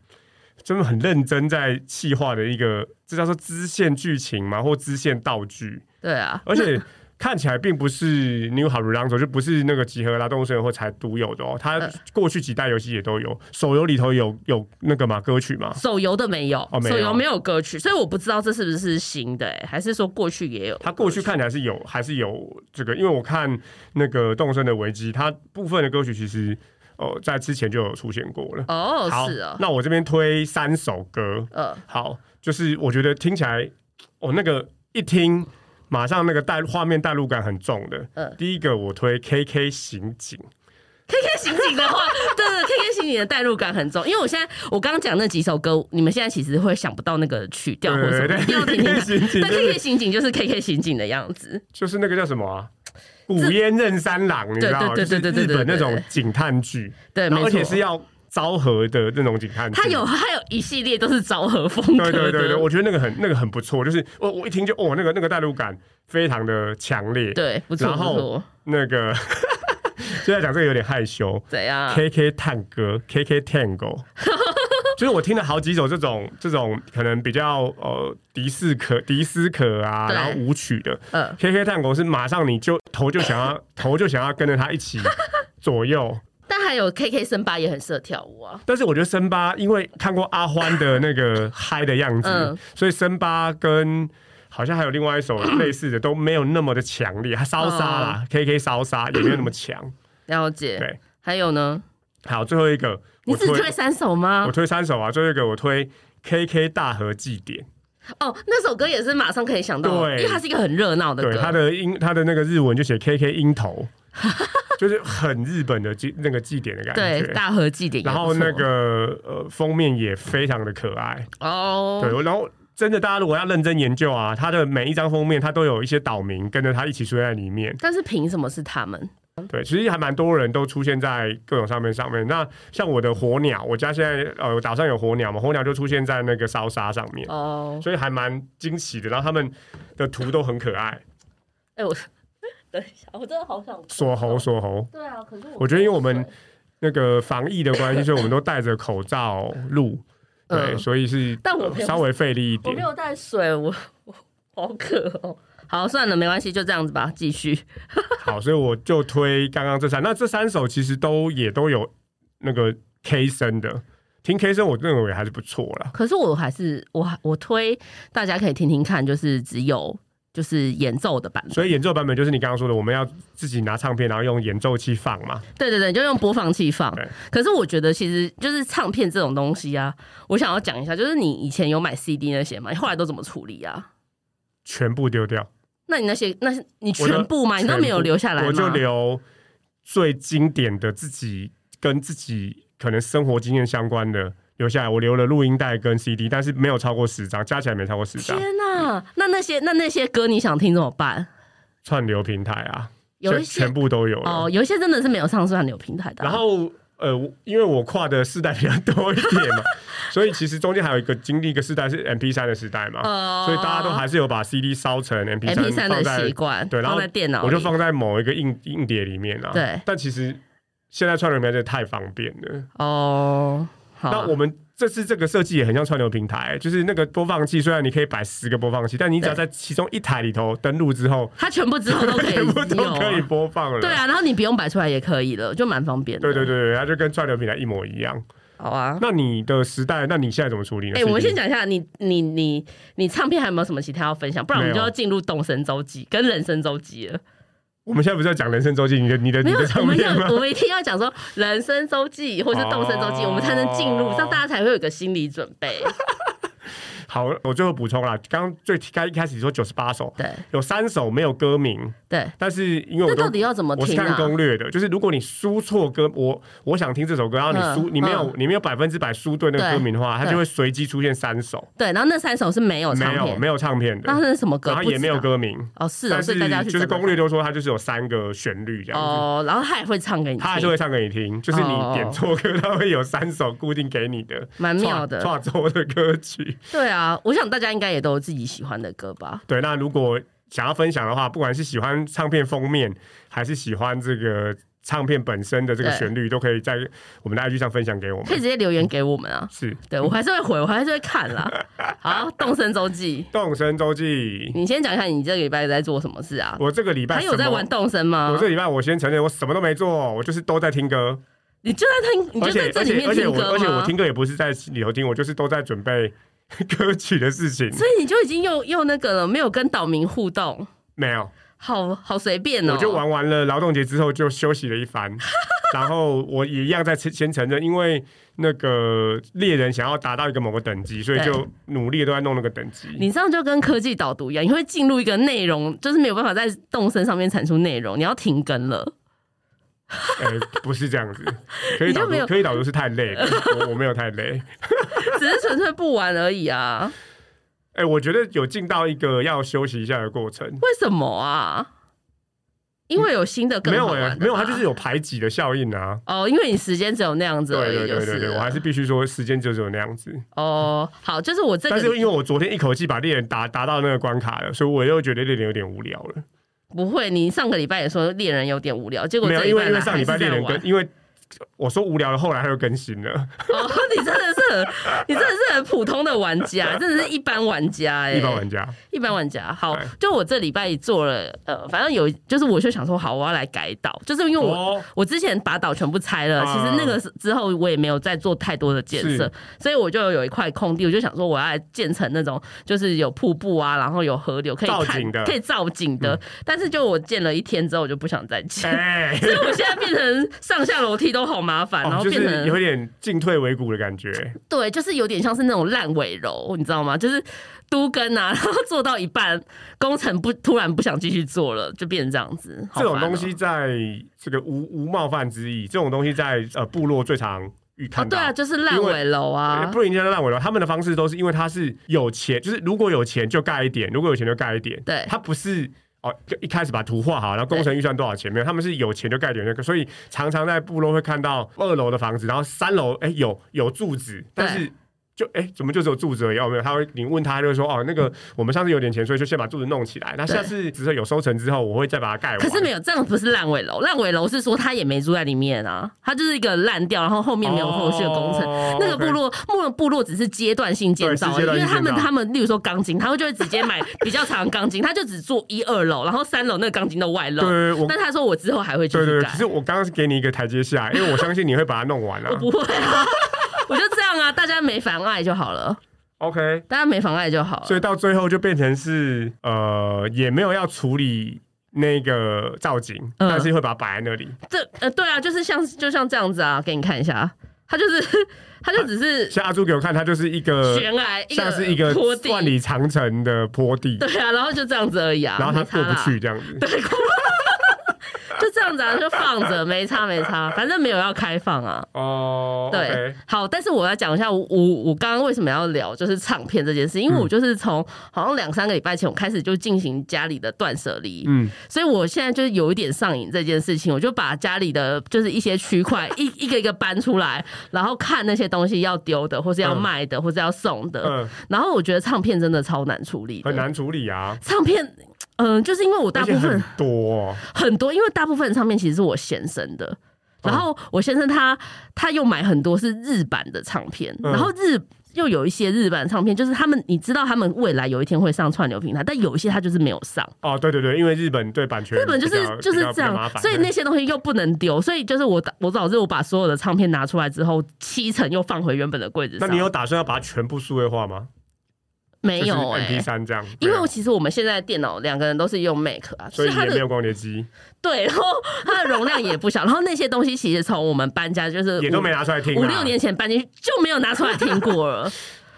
S2: 真的很认真在企划的一个，这叫做支线剧情嘛，或支线道具，
S1: 对啊，
S2: 而且。 看起来并不是 New h o r i z o n 就不是那个集合啦动物森友会才独有的哦，它
S1: 嗯
S2: 过去几代游戏也都有，手游里头有有那个嘛歌曲嘛，
S1: 手游的没有，
S2: 哦没有
S1: 手游没有歌曲，所以我不知道这是不是新的、欸，还是说过去也有？
S2: 它过去看起来是有，还是有这个，因为我看那个动森的危机，它部分的歌曲其实哦、呃在之前就有出现过了。
S1: 哦，
S2: 好
S1: 是哦，
S2: 那我这边推三首歌，
S1: 呃，
S2: 好，就是我觉得听起来，哦，那个一听马上那个带画面代入感很重的。
S1: 嗯
S2: 第一个我推 KK 刑警，
S1: K K 刑警的话， 对对，K K 刑警的代入感很重，因为我现在我刚刚讲那几首歌，你们现在其实会想不到那个曲调或什
S2: 对
S1: 么，
S2: 对
S1: 一定要听啊听看。
S2: 刑警
S1: 但 K
S2: 就
S1: K
S2: 是
S1: 刑警就是 K K 刑警的样子，
S2: 就是那个叫什么啊？五烟任三郎，你知道吗？
S1: 对对对对
S2: 就是日本
S1: 对对对
S2: 那
S1: 对
S2: 种警探剧，
S1: 对，
S2: 然后
S1: 没
S2: 而且是
S1: 错。
S2: 要昭和的那种警探剧。
S1: 他有他有一系列都是昭和风
S2: 对
S1: 格的，
S2: 对对对，我觉得那个很那个很不错，就是我我一听就哦，那个那个代入感非常的强烈。
S1: 对不错
S2: 然
S1: 不
S2: 后
S1: 错，
S2: 那个 现在讲这个有点害羞。
S1: 怎样？
S2: K K 探歌，K K Tango，就是我听了好几首这种这种可能比较呃迪斯可迪斯可啊，
S1: 对
S2: 然后舞曲的
S1: 嗯，
S2: K K Tango 是马上你就头就想要头就想要跟着他一起左右，
S1: 但还有 K K 森巴也很适合跳舞啊，
S2: 但是我觉得森巴因为看过阿欢的那 个嗨的样子，
S1: 嗯
S2: 所以森巴跟好像还有另外一首类似的都没有那么的强烈，它烧杀
S1: 嗯
S2: 啦、k K 烧杀也没有那么 强。
S1: 了解。
S2: 对，
S1: 还有呢？
S2: 好，最后一个
S1: 你
S2: 我
S1: 只推三首吗
S2: 我？推三首啊，最后一个我推 KK 大河祭典，
S1: 哦，那首歌也是马上可以想到的，
S2: 对
S1: 因为它是一个很热闹的
S2: 对，他
S1: 歌。
S2: 的音他的那个日文就写 KK 音 头，就是很日本的祭那个祭典的感
S1: 对，
S2: 觉。
S1: 大合祭典也
S2: 然
S1: 不错。
S2: 后那个呃封面也非常的可爱，
S1: 哦，
S2: 对，然后。真的，大家如果要认真研究啊，它的每一张封面，它都有一些岛民跟着它一起出现在里面。
S1: 但是凭什么是他们？
S2: 对，其实还蛮多人都出现在各种上面上面。那像我的火鸟，我家现在呃，我打算有火鸟嘛，火鸟就出现在那个烧杀上面。
S1: 哦，
S2: 所以还蛮惊喜的。然后他们的图都很可爱，
S1: 哎、我 等一下，我真的好想
S2: 锁喉锁喉。
S1: 对啊，可是我
S2: 我觉得因为我们那个防疫的关系，所以我们都戴着口罩录，对，
S1: 嗯
S2: 所以是呃
S1: 但我没有
S2: 稍微费力一
S1: 我没
S2: 点。
S1: 有带 水，我我好渴哦、好，算了，没关系，就这样子吧，继续。
S2: 好，所以我就推刚刚这三，那这三首其实都也都有那个 K 声的，听 K 声我认为还是不错啦。
S1: 可是我还是我我推大家可以听听看，就是只有就是演奏的版本，
S2: 所以演奏版本就是你刚刚说的，我们要自己拿唱片，然后用演奏器放嘛。
S1: 对对对，就用播放器放
S2: 对。
S1: 可是我觉得其实就是唱片这种东西啊，我想要讲一下，就是你以前有买 CD 那些吗？你后来都怎么处理啊？
S2: 全部丢掉，
S1: 那你那些那些你
S2: 我的
S1: 全部吗？你都没有留下来吗？
S2: 我就留最经典的自己跟自己可能生活经验相关的留下来。我留了录音带跟 CD，但是没有超过十张，加起来没超过十张。
S1: 天呐，那那些那那些歌你想听怎么办？
S2: 串流平台啊，
S1: 有
S2: 全
S1: 一些
S2: 全部都有了。
S1: 哦，有一些真的是没有上串流平台的啊、
S2: 然后呃，我因为我跨的世代比较多一点嘛，所以其实中间还有一个经历一个世代是 MP 三的时代嘛，
S1: 哦
S2: 所以大家都还是有把 CD 烧成 MP
S1: MP
S2: 3
S1: 三
S2: 放
S1: 的
S2: 在
S1: 习惯，
S2: 对，然后
S1: 放在电脑里，
S2: 我就放在某一个硬硬碟里面啊。
S1: 对
S2: 但其实现在串流平台真的太方便了。
S1: 哦。好
S2: 那我们这次这个设计也很像串流平台，欸就是那个播放器，虽然你可以摆十个播放器，但你只要在其中一台里头登录之后，
S1: 它全部之后都可以
S2: 全部
S1: 用
S2: 都
S1: 啊
S2: 可以播放了。
S1: 对，啊，然后你不用摆出来也可以了，就蛮方便的。
S2: 对对对对，它就跟串流平台一模一样。
S1: 好啊。
S2: 那你的时代，那你现在怎么处理呢？
S1: 哎、我们
S2: CD
S1: 先讲一下，你你你你唱片还有没有什么其他要分享？不然我们
S2: 没
S1: 就
S2: 有
S1: 要进入动神周记跟人生周记了。
S2: 我们现在不是要讲人生周记，你的你的
S1: 没
S2: 你
S1: 有
S2: 的，
S1: 我
S2: 唱
S1: 们
S2: 片
S1: 要
S2: 吗？
S1: 我们一定要讲说人生周记或是动神周记，
S2: 哦
S1: 我们才能进入，这样大家才会有一个心理准 备。
S2: 好，我最后补充啦，刚刚最刚一开始说九十八首，
S1: 对
S2: 有三首没有歌名，
S1: 对，
S2: 但是因为我
S1: 那
S2: 都
S1: 到底要怎么
S2: 我是
S1: 听
S2: 看
S1: 啊？
S2: 攻略的，就是如果你输错歌，我我想听这首歌，然后你输，
S1: 嗯
S2: 你没有
S1: 嗯
S2: 你没有百分之百输对那个
S1: 对
S2: 歌名的话，它
S1: 对
S2: 就会随机出现三首，
S1: 对，然后那三首是没有哦唱
S2: 没有
S1: 片，
S2: 没有唱片
S1: 那
S2: 的，
S1: 是什么歌？
S2: 然后也没有
S1: 不知道
S2: 歌名，
S1: 哦，是哦，
S2: 但
S1: 所以大家去
S2: 就
S1: 找
S2: 是
S1: 找
S2: 攻略都说它就是有三个旋律这样子。
S1: 哦，然后他也会唱给你听，
S2: 他还是会唱给你听，就是
S1: 哦
S2: 你点错歌，他会有三首固定给你的
S1: 蛮妙的。
S2: 跨州的歌曲。
S1: 对啊，我想大家应该也都有自己喜欢的歌吧。
S2: 对，那如果想要分享的话，不管是喜欢唱片封面，还是喜欢这个唱片本身的这个
S1: 对
S2: 旋律，都可以在我们的 IG 上分享给我
S1: 可以
S2: 们。
S1: 直接留言给我们啊，
S2: 是
S1: 对我还是会回，我还是会 看啦。好，动身周记，
S2: 动身周记，
S1: 你先讲一下你这个礼拜在做什么事啊？
S2: 我这个礼拜
S1: 还有在
S2: 什么
S1: 玩。动身吗
S2: 我？这礼拜我先承认，我什么都没做，我就是都在听歌，
S1: 你就在听，你
S2: 而
S1: 就
S2: 且
S1: 在这
S2: 而
S1: 里
S2: 且
S1: 面
S2: 而且
S1: 听
S2: 我
S1: 歌吗？
S2: 而且我听歌也不是在里头听，我就是都在准备 歌曲的事情。
S1: 所以你就已经又又那个了，没有跟岛民互动，
S2: 没有，
S1: 好好随便哦。
S2: 我就玩完了劳动节之后就休息了一 番，然后我也一样在先先承认，因为那个猎人想要达到一个某个等级，所以
S1: 对
S2: 就努力地都在弄那个等级。
S1: 你这样就跟科技导读一样，你会进入一个内容，就是没有办法在动身上面产出内容，你要停更了。
S2: 呃，不是这样子，可以
S1: 你就
S2: 导
S1: 没有
S2: 入，可以导入是太累了，我我没有太累。
S1: 只是纯粹不玩而已啊？
S2: 哎、我觉得有进到一个要休息一下的过程，
S1: 为什么啊？因为有新的更
S2: 没
S1: 好
S2: 有
S1: 玩的
S2: 哎、
S1: 吧、
S2: 没有，它就是有排挤的效应啊。
S1: 哦，因为你时间只有那样子而
S2: 对
S1: 已，
S2: 对
S1: 就
S2: 对对
S1: 是
S2: 对，
S1: 了
S2: 我还是必须说，时间就只有那样子。
S1: 哦，好，就是我这
S2: 但是因
S1: 个
S2: 为我昨天一口气把猎人打打到那个关卡了，所以我又觉得猎人有点无聊了。
S1: 不会。你上个礼拜也说猎人有点无聊，结果
S2: 没有，
S1: 这礼
S2: 因为因为
S1: 来
S2: 上礼拜
S1: 还是
S2: 猎
S1: 在
S2: 人
S1: 玩
S2: 跟因为我说无聊了，后来他又更新了，
S1: 哦，你真的是很，你真的是很普通的玩 家，真的是一般玩家哎、
S2: 一般玩家
S1: 一般玩家。好
S2: 哎，
S1: 就我这礼拜做了，呃，反正有，就是我就想说，好，我要来改岛，就是因为我、
S2: 哦
S1: 我之前把岛全部拆了，
S2: 啊
S1: 其实那个是之后我也没有再做太多的建设
S2: 是，
S1: 所以我就有一块空地，我就想说我要来建成那种就是有瀑布啊，然后有河流可以
S2: 造
S1: 看
S2: 景的嗯
S1: 可以造景的。但是就我建了一天之后，我就不想再建。
S2: 哎、
S1: 所以 我现在变成上下楼梯都好麻烦，然
S2: 哦，
S1: 后
S2: 就
S1: 变成、
S2: 是有点进退维谷的感觉。
S1: 对，就是有点像是那种烂尾楼，你知道吗？就是都跟啊，然 后做到一半，工程不突然不想继续做了，就变成这样子。好
S2: 这种
S1: 烦哦
S2: 东西在这个无无冒犯之意，这种东西在呃部落最常遇
S1: 哦，
S2: 看到。
S1: 对啊，就是烂尾楼
S2: 呃
S1: 啊，
S2: 不能叫烂尾楼，他们的方式都是因为他是有钱，就是如果有钱就盖一点，如果有钱就盖一点。
S1: 对
S2: 他不是哦，就一开始把图画好，然后工程预算多少钱没有？他们是有钱就盖点那个，所以常常在部落会看到二楼的房子，然后三楼哎有有柱子，但是。就哎、怎么就只有柱子而已？哦，没有，他会你问他，他就会说哦，那个我们上次有点钱，所以就先把柱子弄起来。那
S1: 对
S2: 下次只是有收成之后，我会再把它盖完。
S1: 可是没有，这样不是烂尾楼，烂尾楼是说他也没住在里面啊，他就是一个烂掉，然后后面没有后续的工程。
S2: 哦
S1: 那个部
S2: OK
S1: 落，部落部落只是阶段性建造而
S2: 对
S1: 已，
S2: 是阶
S1: 因
S2: 段
S1: 为
S2: 性
S1: 他们
S2: 建造
S1: 他们，例如说钢筋，他们就会直接买比较长的钢筋，他就只做一二楼，然后三楼那个钢筋都外露
S2: 对。对，对我
S1: 但他说我之后还会继
S2: 对
S1: 续
S2: 对对，
S1: 改
S2: 可。是我刚刚是给你一个台阶下，因为我相信你会把它弄完
S1: 我
S2: 啊。
S1: 不会啊， 我就这样啊，大家没妨碍就好了，
S2: OK，
S1: 大家没妨碍就好
S2: 所
S1: 了。
S2: 以到最后就变成是呃，也没有要处理那个造景，
S1: 嗯
S2: 但是会把它摆在那里。
S1: 这呃，对啊，就是像就像这样子啊，给你看一下，他就是 他就只是
S2: 像阿朱给我看，它就是一个
S1: 悬崖，一
S2: 呃像是一个
S1: 坡地，
S2: 万里长城的坡地，
S1: 对啊，然后就这样子而已啊，
S2: 然后它
S1: 没差
S2: 过不
S1: 啦，
S2: 去这样子。
S1: 对，过不就这样子啊，就放着， 没差没差，反正没有要开放啊。
S2: 哦，
S1: 对
S2: OK，
S1: 好，但是我要讲一下，我我我刚刚为什么要聊就是唱片这件事，
S2: 嗯
S1: 因为我就是从好像两三个礼拜前，我开始就进行家里的断舍离，
S2: 嗯，
S1: 所以我现在就是有一点上瘾这件事情，我就把家里的就是一些区块一 一个一个搬出来，然后看那些东西要丢的，或是要
S2: 嗯
S1: 卖的，或是要送的。
S2: 嗯，
S1: 然后我觉得唱片真的超难处理的，
S2: 很难处理啊，
S1: 唱片。嗯，就是因为我大
S2: 而且
S1: 部分
S2: 很嗯多哦，
S1: 很多，因为大部分的唱片其实是我先生的。然后我先生他他又买很多是日版的唱片，
S2: 嗯
S1: 然后日又有一些日版唱片，就是他们你知道他们未来有一天会上串流平台，但有一些他就是没有上。
S2: 哦，对对对，因为日本对版权
S1: 日本就
S2: 比
S1: 是
S2: 较
S1: 就是
S2: 比较
S1: 这
S2: 比较麻
S1: 样，
S2: 烦
S1: 所以那些东西又不能丢，所以就是我我导致我把所有的唱片拿出来之后，七成又放回原本的柜子
S2: 那
S1: 上。
S2: 你有打算要把它全部数位化吗？
S1: 没有哎、
S2: M P 三这样，
S1: 因
S2: 对
S1: 为
S2: 啊
S1: 我其实我们现在电脑两个人都是用 Mac 啊，
S2: 所以
S1: 它
S2: 也
S1: 的
S2: 没有光碟机，
S1: 对，然后它的容量也不小，然后那些东西其实从我们搬家就是
S2: 也都没拿出来听、啊。
S1: 呃五六年前搬进去就没有拿出来听过了。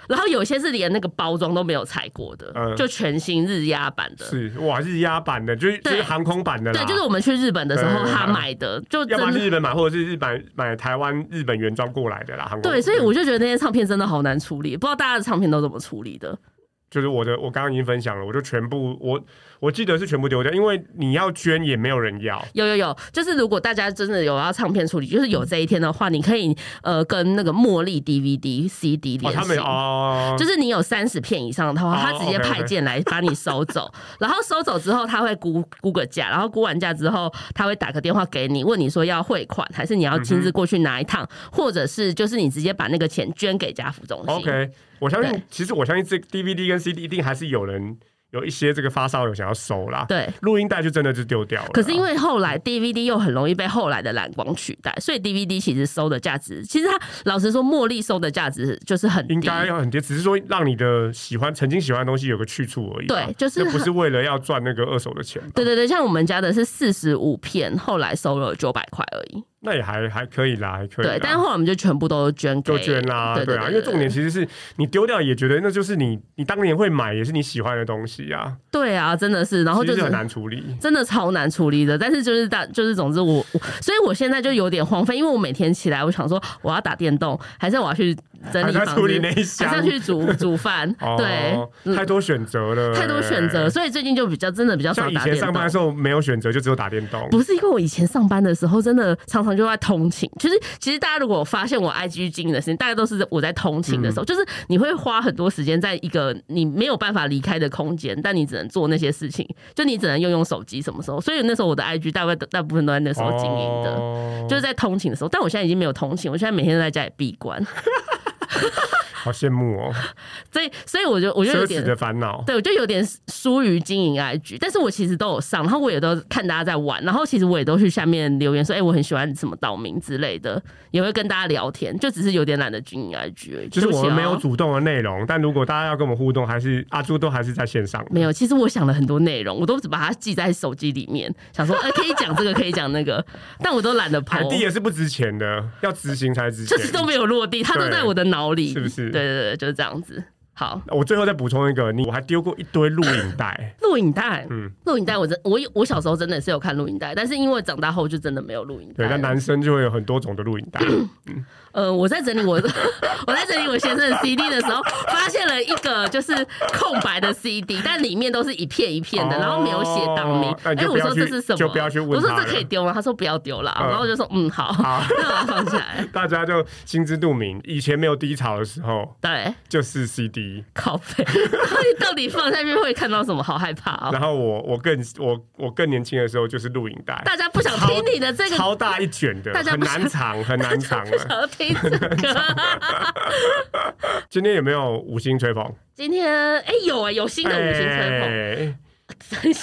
S1: 然后有些是连那个包装都没有拆过的，
S2: 嗯
S1: 就全新日压版的。
S2: 是哇，日压版的，就是就
S1: 对
S2: 是航空版的啦。
S1: 对，就是我们去日本的时候
S2: 对
S1: 他买的，就
S2: 要
S1: 真
S2: 么
S1: 的
S2: 是日本买，或者是日本买台湾日本原装过来的啦。航空
S1: 对，所以我就觉得那些唱片真的好难处理，不知道大家的唱片都怎么处理的。
S2: 就是我的，我刚刚已经分享了，我就全部我我记得是全部丢掉，因为你要捐也没有人要。哦
S1: 有有有，就是如果大家真的有要唱片处理，就是有这一天的话，你可以呃跟那个茉莉 DVD、CD
S2: 哦，
S1: 联
S2: 他
S1: 系。
S2: 们哦，
S1: 就是你有三十片以上的话，
S2: 哦
S1: 他直接
S2: OK，OK
S1: 派件来把你收走，然后收走之后他会估估个价，然后估完价之后他会打个电话给你，问你说要汇款还是你要
S2: 嗯
S1: 亲自过去拿一趟，或者是就是你直接把那个钱捐给家福中心。
S2: OK，我相
S1: 对
S2: 信，其实我相信这 DVD 跟 CD 一定还是有人有一些这个发烧友想要收啦。
S1: 对。
S2: 录音带就真的就丢掉了啦。
S1: 可是因为后来 DVD 又很容易被后来的蓝光取代，所以 DVD 其实收的价值，其实它老实说，茉莉收的价值就是很低。
S2: 应该要很低，只是说让你的喜欢曾经喜欢的东西有个去处而已啦。
S1: 对就是
S2: 那不
S1: 很
S2: 是为了要赚那个二手的钱吧。
S1: 对对对，像我们家的是四十五片，后来收了九百块而已。
S2: 那也还还可以啦，还可以啦。
S1: 对，但是后来我们就全部都捐给，
S2: 啊就捐啦，
S1: 对
S2: 对啊，因为重点其实是你丢掉也觉得那就是你，你当年会买也是你喜欢的东西啊，
S1: 对啊，真的是，然后
S2: 其
S1: 就
S2: 实
S1: 是
S2: 是很难处理。
S1: 真的超难处理的。但是就是大，就是总之我，我所以我现在就有点荒废，因为我每天起来，我想说我要打电动，还是我要去整理
S2: 还是要
S1: 房子，
S2: 处理那一箱
S1: 还是要去煮煮饭， 对，
S2: 哦，
S1: 嗯
S2: 太多选择了，欸
S1: 太多选择，。所以最近就比较真的比较少
S2: 像以
S1: 打
S2: 前
S1: 电
S2: 上班的
S1: 动。
S2: 时候没有选择，就只有打电动。
S1: 不是因为我以前上班的时候，真的常常就在通勤。就是其实大家如果有发现我 IG 经营的时间，大概都是我在通勤
S2: 嗯
S1: 的时候，就是你会花很多时间在一个你没有办法离开的空间，但你只能做那些事情，就你只能用用手机什么时候。所以那时候我的 IG 大概都大部分都在那时候经营的。
S2: 哦
S1: 就是在通勤的时候，但我现在已经没有通勤，我现在每天都在家里闭关，
S2: 好羡慕哦，
S1: 所以所以我就我就
S2: 奢
S1: 有
S2: 侈
S1: 点
S2: 的烦恼。
S1: 对，我就有点疏于经营 IG，但是我其实都有上，然后我也都看大家在玩，然后其实我也都去下面留言说，哎、我很喜欢什么岛民之类的，也会跟大家聊天，就只是有点懒得经营 IG 而已。
S2: 就是
S1: 对不
S2: 我
S1: 起
S2: 们
S1: 哦
S2: 没有主动的内容，但如果大家要跟我们互动，还是阿朱都还是在线上的。
S1: 没有，其实我想了很多内容，我都只把它记在手机里面，想说，哎、可以讲这个，可以讲那个，但我都懒得
S2: 海地
S1: PO，
S2: 也是不值钱的，要执行才值钱。
S1: 就是都没有落地，它都
S2: 对
S1: 在我的脑里，
S2: 是不是
S1: 对对对，就是这样子。好，，
S2: 我最后再补充一个，你我还丢过一堆录影带
S1: 录影带，
S2: 嗯，
S1: 录影带我真我有我小时候真的是有看录影带，但是因为长大后就真的没有录影带
S2: 对，
S1: 了。
S2: 但男生就会有很多种的录 影带，
S1: 呃，我在整理我 我在整理我先生的 CD 的时候，发现了一个就是空白的 CD，但里面都是一片一片的，
S2: 哦
S1: 然后没有写档名。
S2: 那
S1: 哎、
S2: 你就
S1: 我
S2: 不要
S1: 说这是
S2: 去
S1: 什么？
S2: 就不要去问
S1: 我说
S2: 他
S1: 这
S2: 了
S1: 可以丢吗？他说不要丢啦。
S2: 嗯
S1: 然后我就说嗯好，
S2: 好
S1: 那把它放起来。
S2: 大家就心知肚明。以前没有低潮的时候，
S1: 对，
S2: 就是 CD。
S1: 靠背。然后你到底放下去会看到什么？好害怕哦！
S2: 然后我我更我我更年轻的时候就是录影带，
S1: 大家不想听你的这个，
S2: 超大一卷的，
S1: 大家
S2: 很
S1: 不想
S2: 难 藏，很难藏啊
S1: 不想
S2: 了。
S1: 要听这个。
S2: 今天有没有五星吹捧？
S1: 今天哎、有啊、有新的五星吹捧。
S2: 哎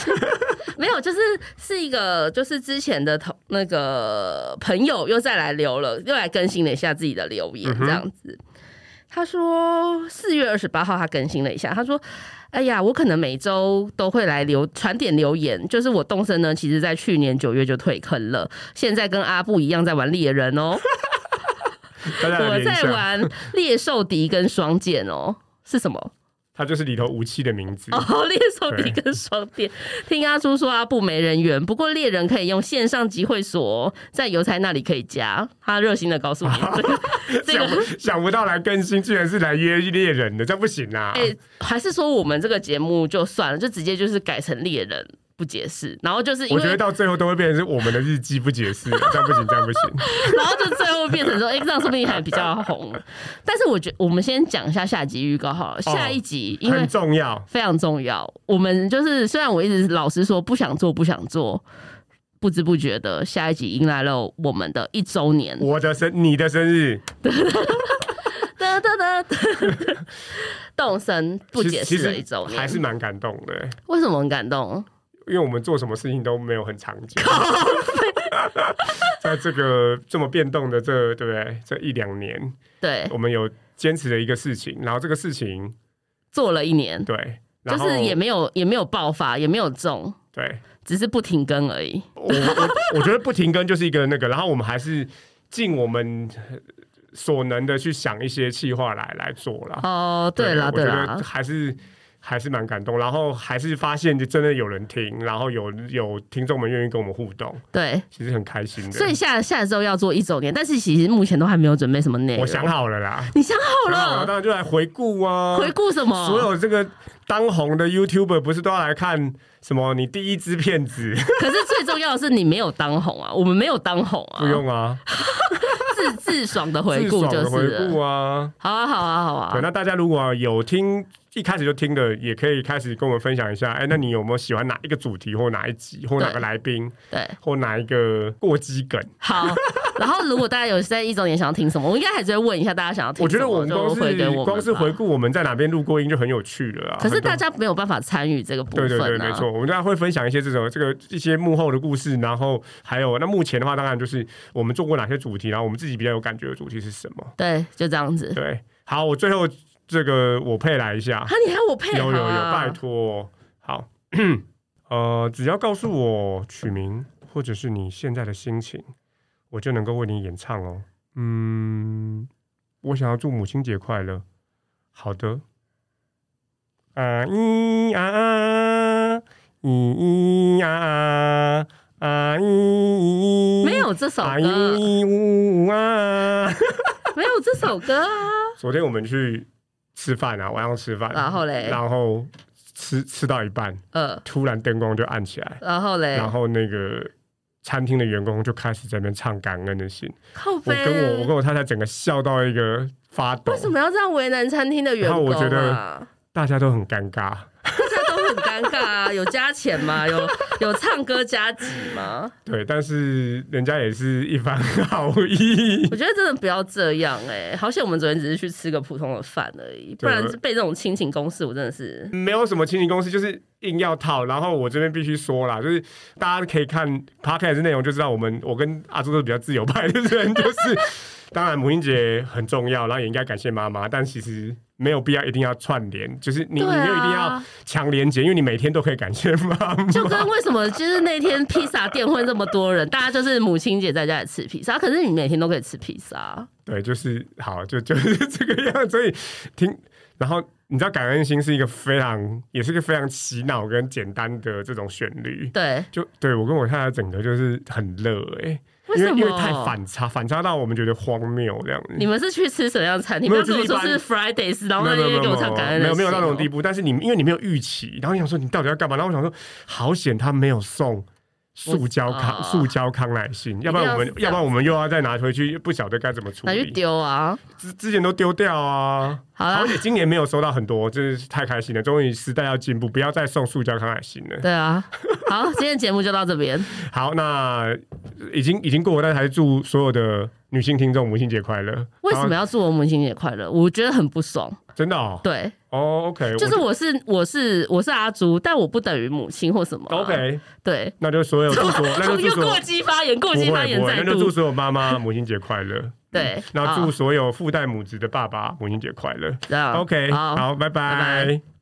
S1: 没有，就是是一个，就是之前的同那个朋友又再来留了，又来更新了一下自己的留言
S2: 嗯，哼
S1: 这样子。他说四月二十八号他更新了一下，他说：“哎呀，我可能每周都会来留传点留言，就是我动身呢，其实在去年九月就退坑了，现在跟阿布一样在玩猎人哦，
S2: 大家来
S1: 我
S2: 连啊
S1: 在
S2: 上，
S1: 玩猎兽敌跟双剑哦。”是什么？
S2: 它就是里头武器的名字。
S1: 哦，猎手比跟双店。听阿朱说阿布没人缘，不过猎人可以用线上集会所，哦在邮差那里可以加。他热心的告诉 你，这个这
S2: 想
S1: 个，
S2: 不想不到来更新，居然是来约猎人的，这不行啊！
S1: 哎、还是说我们这个节目就算了，就直接就是改成猎人。不解释，然后就是因
S2: 我觉
S1: 为
S2: 得，到最后都会变成是我们的日记不解释，这样不行，这样不行。
S1: 然后就最后变成 说，哎、这样说不定还比较红。但是我觉我们先讲一下下集预告
S2: 哦
S1: 好了，下一集因为
S2: 很重要。
S1: 非常重要。我们就是虽然我一直老实说不想做，不想做，不知不觉的下一集迎来了我们的一周年。
S2: 我的生，你的生日，
S1: 哒哒哒哒 动身不
S2: 其
S1: 解
S2: 实其
S1: 释
S2: 实
S1: 的一周
S2: 还
S1: 年，
S2: 是蛮感动的、
S1: 为什么很感动？
S2: 因为我们做什么事情都没有很长 久。在这个这么变动的这对不对？这一两年，
S1: 对，
S2: 我们有坚持的一个事情，然后这个事情
S1: 做了一年，
S2: 对，然
S1: 就
S2: 后
S1: 是也没有也没有爆发，也没有中，
S2: 对，
S1: 只是不停更而已。
S2: 我我我觉得不停更就是一个那个，然后我们还是尽我们呃所能的去想一些计划来来做啦。
S1: 哦，对啦
S2: 啊我觉
S1: 对
S2: 得
S1: 啦，
S2: 还是还是蛮感动，然后还是发现就真的有人听，然后有有听众们愿意跟我们互动，
S1: 对，
S2: 其实很开心的。
S1: 所以下下周要做一周年，但是其实目前都还没有准备什么内容。
S2: 我想好了啦，
S1: 你想好
S2: 想好
S1: 了
S2: 了，，当然就来回顾啊，
S1: 回顾什么？
S2: 所有这个当红的 YouTuber 不是都要来看什么？你第一支片 子
S1: 可是最重要的是你没有当红啊，我们没有当红啊，
S2: 不用啊，
S1: 自自爽的回
S2: 自
S1: 顾
S2: 爽
S1: 就
S2: 的
S1: 是
S2: 回
S1: 了
S2: 顾啊。
S1: 好啊，好啊，好啊
S2: 对，。那大家如果有听一开始就听的，也可以开始跟我们分享一下。哎，那你有没有喜欢哪一个主题，或哪一集，或哪
S1: 对
S2: 个来宾，
S1: 对，
S2: 或哪一个过激梗？
S1: 好。然后如果大家有在一周年想要听什么，我应该还是会问一下大家想要听
S2: 我觉
S1: 什
S2: 得我
S1: 么，
S2: 们
S1: 就
S2: 光
S1: 会给
S2: 是
S1: 我们
S2: 光是
S1: 吧
S2: 回。顾我们在哪边录过音就很有趣了啊。
S1: 可是
S2: 很多
S1: 大家没有办法参与这个部
S2: 对
S1: 分
S2: 对对，没
S1: 啊。
S2: 错，我们大家会分享一些这种这个一些幕后的故事，然后还有那目前的话，当然就是我们做过哪些主题，然后我们自己比较有感觉的主题是什么。
S1: 对，就这样子。
S2: 对，好，我最后这个我配来一下
S1: 啊，，你还要我配合啊？
S2: 有有有，拜托，好， 呃，只要告诉我取名或者是你现在的心情，我就能够为你演唱哦。嗯，我想要祝母亲节快乐。好的。啊咿啊啊，咿咿啊啊，啊咿咿。
S1: 没有这首
S2: 啊
S1: 歌，
S2: 咿呜呜啊。
S1: 没有这首歌啊。
S2: 昨天我们去吃饭啊，晚上吃饭，
S1: 然后嘞
S2: 然后吃吃到一半，
S1: 呃，
S2: 突 然灯光就暗起来，
S1: 然后嘞，
S2: 然后那个餐厅的员工就开始在那边唱感恩的心。
S1: 靠
S2: 我
S1: 背，
S2: 跟我我跟我太太整个笑到一个发抖
S1: 为，什么要这样为难餐厅的员
S2: 然后
S1: 工
S2: 我觉得
S1: 啊？
S2: 大家都很尴尬。
S1: 大家都很尴尬啊，有加钱吗？ 有有唱歌加急吗？
S2: 对，但是人家也是一番好意
S1: 我。觉得真的不要这样哎、好险我们昨天只是去吃个普通的饭而已，不然是被这种亲情攻势，我真的是
S2: 没有什么亲情公司，就是硬要套。然后我这边必须说啦，就是大家可以看 podcast 内容就知道，我们我跟阿朱都是比较自由派的人，就是当然母亲节很重要，然后也应该感谢妈妈，但其实没有必要一定要串联，就是你、
S1: 对啊
S2: 你没有一定要强连接，因为你每天都可以感谢妈妈。
S1: 就跟为什么就是那天披萨店会这么多人，大家就是母亲节在家里吃披萨，可是你每天都可以吃披萨，
S2: 对，就是好，就就是这个样。所以听，然后你知道感恩心是一个非常，也是一个非常洗脑跟简单的这种旋律。
S1: 对，
S2: 就对我跟我太太整个就是很热哎、
S1: 为
S2: 因为
S1: 什么
S2: 因为太反差，反差到我们觉得荒谬这样子。
S1: 你们是去吃什么样的餐厅？不
S2: 没有
S1: 要跟我说
S2: 就是
S1: 是 Fridays，然后
S2: 没
S1: 那
S2: 有没有没
S1: 天
S2: 有
S1: 给我唱感恩的
S2: 没有没有到那种
S1: 心哦
S2: 地步，但是你因为你没有预期，然后你想说你到底要干嘛？然后我想说，好险他没有送塑胶康
S1: 啊
S2: 塑胶康乃馨，要不
S1: 定要
S2: 然我们
S1: 是这
S2: 要
S1: 样
S2: 不然我们又要再拿回去，不晓得该怎么处
S1: 拿去
S2: 理。
S1: 丢啊！
S2: 之之前都丢掉啊，
S1: 好啦
S2: 而且今年没有收到很多，真是太开心了。终于时代要进步，不要再送塑胶康乃馨了。
S1: 对啊，好，今天节目就到这边。
S2: 好，那已经已经过了，但还是祝所有的女性听众母亲节快乐。
S1: 为什么
S2: 然
S1: 要祝我母亲节快乐？我觉得很不爽。
S2: 后？真的哦，
S1: 对，
S2: 哦，OK，
S1: 就是
S2: 我
S1: 我是我是我是阿朱，但我不等于母亲或什么啊、
S2: OK，
S1: 对，
S2: 那就所有 祝所那就祝
S1: 又
S2: 所有
S1: 过激发言，过
S2: 不
S1: 激发
S2: 会
S1: 言
S2: 不会，
S1: 再
S2: 那就祝
S1: 度。
S2: 所有妈妈母亲节快乐。
S1: 对，
S2: 那
S1: 好
S2: 祝所有父代母职的爸爸母亲节快乐。
S1: 这样
S2: OK，
S1: 好，
S2: 好，拜
S1: 拜
S2: 拜